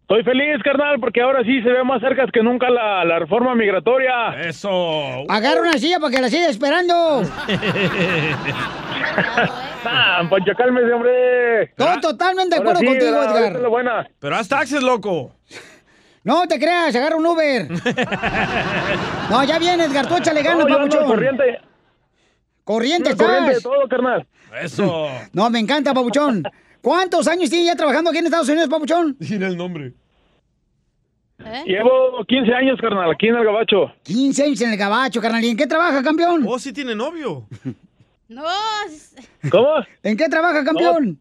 Estoy feliz, carnal, porque ahora sí se ve más cerca que nunca la, la reforma migratoria.
Eso.
Agarra una silla para que la siga esperando.
¡Sam, Pancho, Ah, cálmese, hombre!
Estoy totalmente de
Ahora
acuerdo
sí,
contigo,
¿verdad? Ahorita
Edgar.
es la buena.
Pero haz taxes, loco.
No te creas, agarra un Uber. No, ya viene, Edgar, tú échale ganas,
No, yo ando
papuchón.
corriente.
Corriente
Ando corriente
estás.
de todo, carnal.
Eso.
No, me encanta, papuchón. ¿Cuántos años tienes ya trabajando aquí en Estados Unidos, papuchón?
Tiene el nombre.
Llevo 15 años, carnal, aquí en el Gabacho.
15 años en el gabacho, carnal. ¿Y en qué trabaja, campeón?
Oh, sí tiene novio.
No, es-
¿Cómo?
¿En qué trabaja, campeón?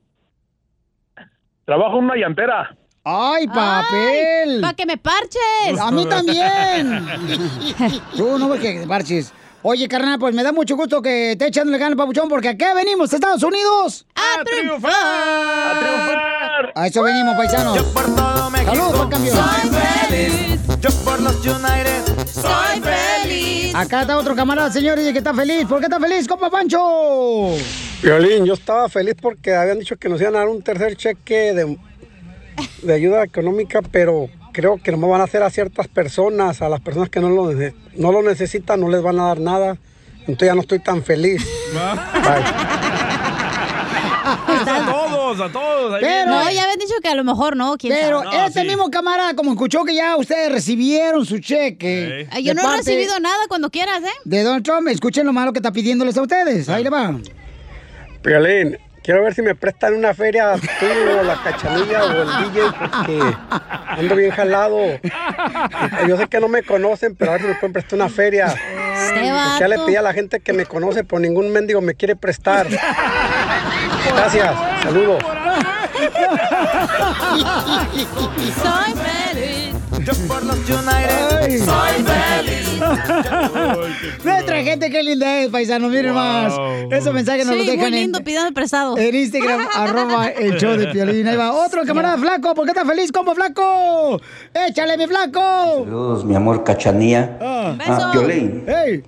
Trabajo en una llantera.
¡Ay, papel!
¡Para que me parches!
¡A mí también! Tú no ves que marches. Oye, carnal, pues me da mucho gusto que te echándole ganas, papuchón, porque acá venimos, a Estados Unidos.
¡A
triunfar!
¡A
triunfar!
A eso venimos, paisanos. Saludos, pa' campeón.
Yo por los United soy feliz.
Acá está otro camarada, señores, que está feliz. ¿Por qué está feliz, compa Pancho?
Violín, yo estaba feliz porque habían dicho que nos iban a dar un tercer cheque de, de ayuda económica, pero creo que nomás van a hacer a ciertas personas, a las personas que no lo, nece- no lo necesitan, no les van a dar nada. Entonces ya no estoy tan feliz.
Es a todos, a todos. ahí viene.
no, ya habían dicho que a lo mejor no. ¿quién
Pero
sabe?
este mismo camarada, como escuchó que ya ustedes recibieron su cheque.
Ay, yo
de
no he
parte
recibido nada cuando quieras, ¿eh?
De Donald Trump, escuchen lo malo que está pidiéndoles a ustedes. Ahí le va.
Violín, quiero ver si me prestan una feria tú o la cachanilla o el DJ porque ando bien jalado. Yo sé que no me conocen, pero a ver si me pueden prestar una feria. Porque Ya le
vato.
pedí a la gente que me conoce, por ningún mendigo me quiere prestar. Gracias, saludos.
Soy feliz. Yo por los United soy feliz.
Nuestra gente, qué linda
Pues,
es, paisano, miren más. Esos mensajes nos
Sí,
los dejan
muy lindo, pidiendo prestado.
en, en Instagram, arroba el show de Piolín. Ahí va otro camarada flaco, ¿por qué estás feliz como flaco? ¡Échale, mi flaco!
Saludos, mi amor Cachanía.
Ah.
Ah, Piolín.
¡Ey!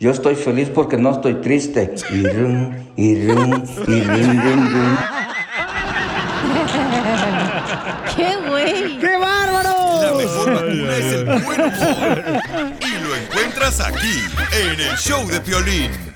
Yo estoy feliz porque no estoy triste. Y rum, y rum, y rum, rum, rum.
¡Qué güey!
¡Qué
La
bárbaro!
mejor vacuna es el buen humor.
Encuentras aquí, en el show de Piolín.